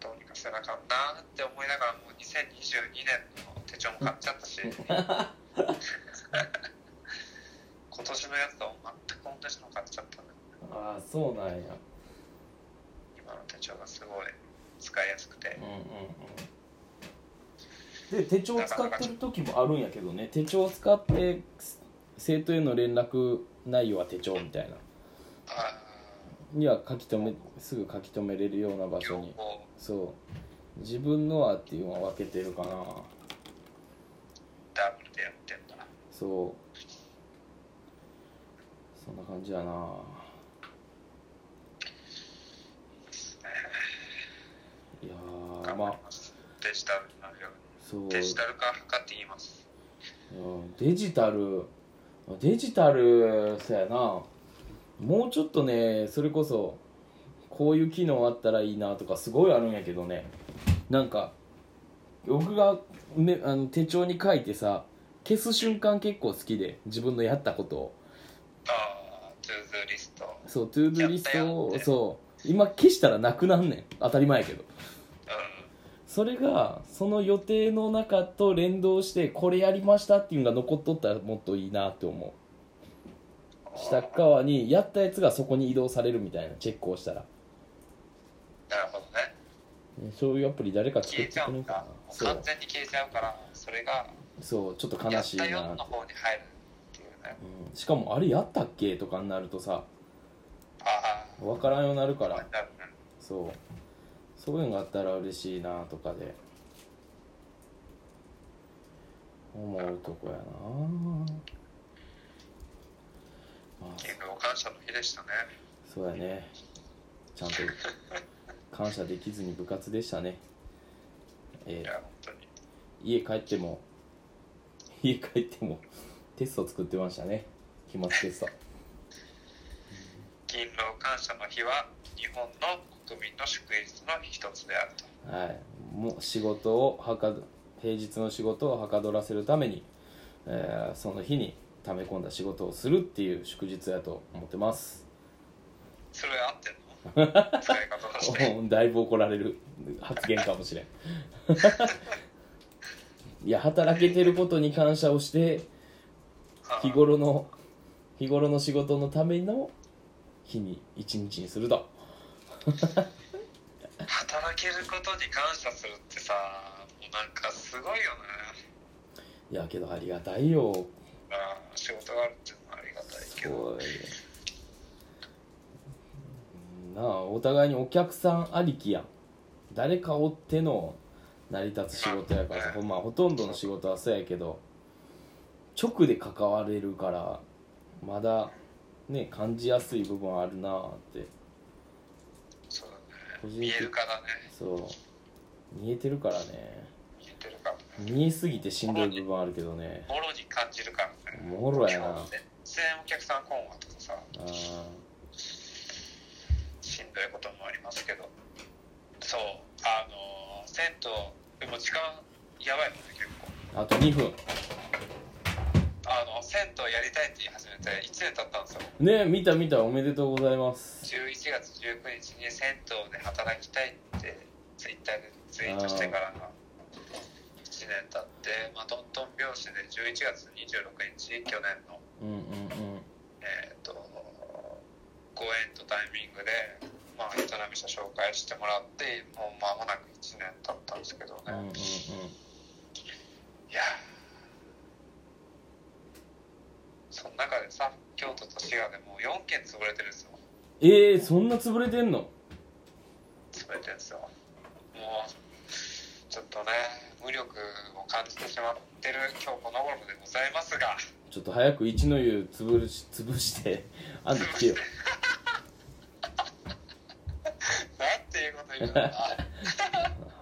[SPEAKER 1] どうにかせなあかんなって思いながら、もう2022年の手帳も買っちゃ (laughs) ったし、今年のやつと全く同じの買っちゃったね。
[SPEAKER 2] ああそうなんや
[SPEAKER 1] 今の手帳がすごい使いやすくて
[SPEAKER 2] うん、うんうんで手帳使ってる時もあるんやけどね手帳を使って生徒への連絡内容は手帳みたいな
[SPEAKER 1] あ
[SPEAKER 2] には書き留めすぐ書き留めれるような場
[SPEAKER 1] ー両
[SPEAKER 2] 所に
[SPEAKER 1] 方、
[SPEAKER 2] そう自分のはっていうのは分けてるかな
[SPEAKER 1] ダブルでやってんだ。
[SPEAKER 2] そうそんな感じやなあ
[SPEAKER 1] 頑
[SPEAKER 2] ま
[SPEAKER 1] 張
[SPEAKER 2] あ
[SPEAKER 1] ります。デジタルになるよう
[SPEAKER 2] そう
[SPEAKER 1] に。デジタル化図って言います。
[SPEAKER 2] うんデジタルデジタルそやなもうちょっとねそれこそこういう機能あったらいいなとかすごいあるんやけどねなんか僕がめあの手帳に書いてさ消す瞬間結構好きで自分のやったことを
[SPEAKER 1] ああ、トゥーズリスト。
[SPEAKER 2] そうトゥードゥリスト
[SPEAKER 1] やった
[SPEAKER 2] を
[SPEAKER 1] よって
[SPEAKER 2] そう今消したらなくなんねん当たり前やけど
[SPEAKER 1] う。
[SPEAKER 2] それがその予定の中と連動してこれやりましたっていうのが残っとったらもっといいなって思うん下っ側にやったやつがそこに移動されるみたいなチェックをしたら
[SPEAKER 1] なるほどね。
[SPEAKER 2] そういうアプリ誰か作
[SPEAKER 1] 消
[SPEAKER 2] っ
[SPEAKER 1] え
[SPEAKER 2] て
[SPEAKER 1] ちゃ
[SPEAKER 2] くれ
[SPEAKER 1] うんん
[SPEAKER 2] か
[SPEAKER 1] だ
[SPEAKER 2] な。
[SPEAKER 1] もう
[SPEAKER 2] そ
[SPEAKER 1] 完
[SPEAKER 2] う
[SPEAKER 1] 全に消えちゃうから、それが、
[SPEAKER 2] そうちょっと
[SPEAKER 1] や
[SPEAKER 2] 悲
[SPEAKER 1] っ
[SPEAKER 2] しい
[SPEAKER 1] た
[SPEAKER 2] な
[SPEAKER 1] よの
[SPEAKER 2] って、
[SPEAKER 1] 方に入るっていうね。
[SPEAKER 2] うん、しかもあれやったっけとかになるとさ
[SPEAKER 1] ああ、
[SPEAKER 2] 分からんようになるか
[SPEAKER 1] な
[SPEAKER 2] ら
[SPEAKER 1] るね
[SPEAKER 2] そうそういうのがあったら嬉しいなとかで思うとこやなまあ
[SPEAKER 1] 勤労感謝の日でしたね。
[SPEAKER 2] そうやねちゃんと感謝できずに部活でしたねえ
[SPEAKER 1] い
[SPEAKER 2] ー
[SPEAKER 1] や、本当に。
[SPEAKER 2] 家帰っても家帰ってもテスト作ってましたね期末テスト
[SPEAKER 1] 勤労感謝の日は、日本の国民の祝日の一つであると。
[SPEAKER 2] はいもう仕事をはかど平日の仕事をはかどらせるために、えーその日に溜め込んだ仕事をするっていう祝日やと思ってます (laughs)
[SPEAKER 1] それ合ってんの使い方として。
[SPEAKER 2] だいぶ怒られる発言かもしれん (laughs) いや働けてることに感謝をして日頃の日頃の仕事のための日に一日にすると
[SPEAKER 1] 働けることに感謝するってさもうなんかすごいよね
[SPEAKER 2] いやけどありがたいよ
[SPEAKER 1] まあ仕事があるっていうのはありがたいけ
[SPEAKER 2] す
[SPEAKER 1] ど
[SPEAKER 2] ごいなあお互いにお客さんありきやん誰かおっての成り立つ仕事やからさ、まあ、ほとんどの仕事はそうやけど直で関われるからまだね感じやすい部分はあるなあって
[SPEAKER 1] そうだ
[SPEAKER 2] 個人
[SPEAKER 1] ね
[SPEAKER 2] 的
[SPEAKER 1] 見えるかだね
[SPEAKER 2] そう見えてるからね
[SPEAKER 1] 見えてるか
[SPEAKER 2] 見えすぎてしんどい部分あるけどね
[SPEAKER 1] もろに感じるからね
[SPEAKER 2] もろやな
[SPEAKER 1] 今日全然お客さん来んわとかさ
[SPEAKER 2] あー
[SPEAKER 1] しんどいこともありますけどそうあの銭湯でも時間やばいもんね結構
[SPEAKER 2] あと2分
[SPEAKER 1] あの銭湯やりたいって言い始めて1年経ったんですよ
[SPEAKER 2] ね見た見たおめでとうございます
[SPEAKER 1] 11月19日に銭湯で働きたいってツイッターでツイートしてからが1年経って、まあ、トントン拍子で11月26日去年の、
[SPEAKER 2] うんうんうん
[SPEAKER 1] えー、とご縁とタイミングで、まあ、営み者紹介してもらってもう間もなく1年経ったんですけど
[SPEAKER 2] うんうん
[SPEAKER 1] ね、
[SPEAKER 2] うん
[SPEAKER 1] いやーその中でさ京都と滋賀でもう4軒潰れてるんですよ
[SPEAKER 2] えー、そんな潰れてんの
[SPEAKER 1] 全てですよもうちょっとね無力を感じてしまってる今日この頃でございますが (laughs)
[SPEAKER 2] ちょっと早く一の湯潰るし潰して (laughs) あんた来てよ
[SPEAKER 1] なんていうこと言
[SPEAKER 2] (laughs)
[SPEAKER 1] うんだ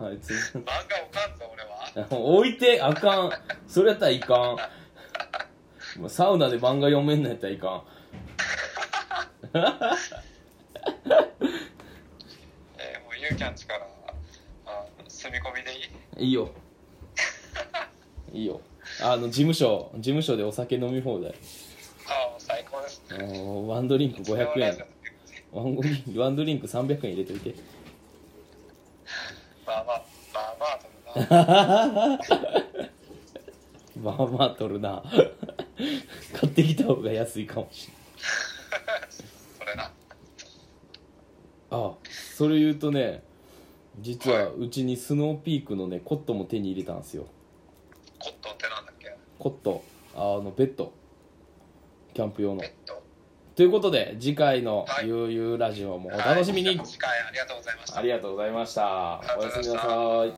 [SPEAKER 2] あいつ
[SPEAKER 1] 漫画おかんぞ俺は
[SPEAKER 2] (laughs) 置いてあかんそれやったらいかんもうサウナで漫画読めんのやったらいか
[SPEAKER 1] えーもうゆうきゃんちからあ住み込みでいい
[SPEAKER 2] んいいよいいよあの事務所事務所でお酒飲み放題
[SPEAKER 1] ああ最高です
[SPEAKER 2] あ
[SPEAKER 1] ね
[SPEAKER 2] のワンドリンク500円
[SPEAKER 1] 円
[SPEAKER 2] ワンドリンクワンドリンク300円入れといて
[SPEAKER 1] まあまあまあまあともな
[SPEAKER 2] まあまあ取るな (laughs) 買ってきた方が安いかもしれない
[SPEAKER 1] それな
[SPEAKER 2] あそれ言うとね実はうちにスノーピークのねコットンも手に入れたんですよ
[SPEAKER 1] コットンってなんだっ
[SPEAKER 2] (laughs)
[SPEAKER 1] け
[SPEAKER 2] コットンあのベッドキャンプ用の
[SPEAKER 1] ベッド
[SPEAKER 2] ということで次回の
[SPEAKER 1] は
[SPEAKER 2] 「
[SPEAKER 1] い
[SPEAKER 2] ゆうゆうラジオ」もお楽しみに、
[SPEAKER 1] はい次回ありがとうございました
[SPEAKER 2] ありがとうございました
[SPEAKER 1] ありがとう
[SPEAKER 2] お
[SPEAKER 1] ござい
[SPEAKER 2] や
[SPEAKER 1] まし
[SPEAKER 2] す
[SPEAKER 1] た
[SPEAKER 2] みなさい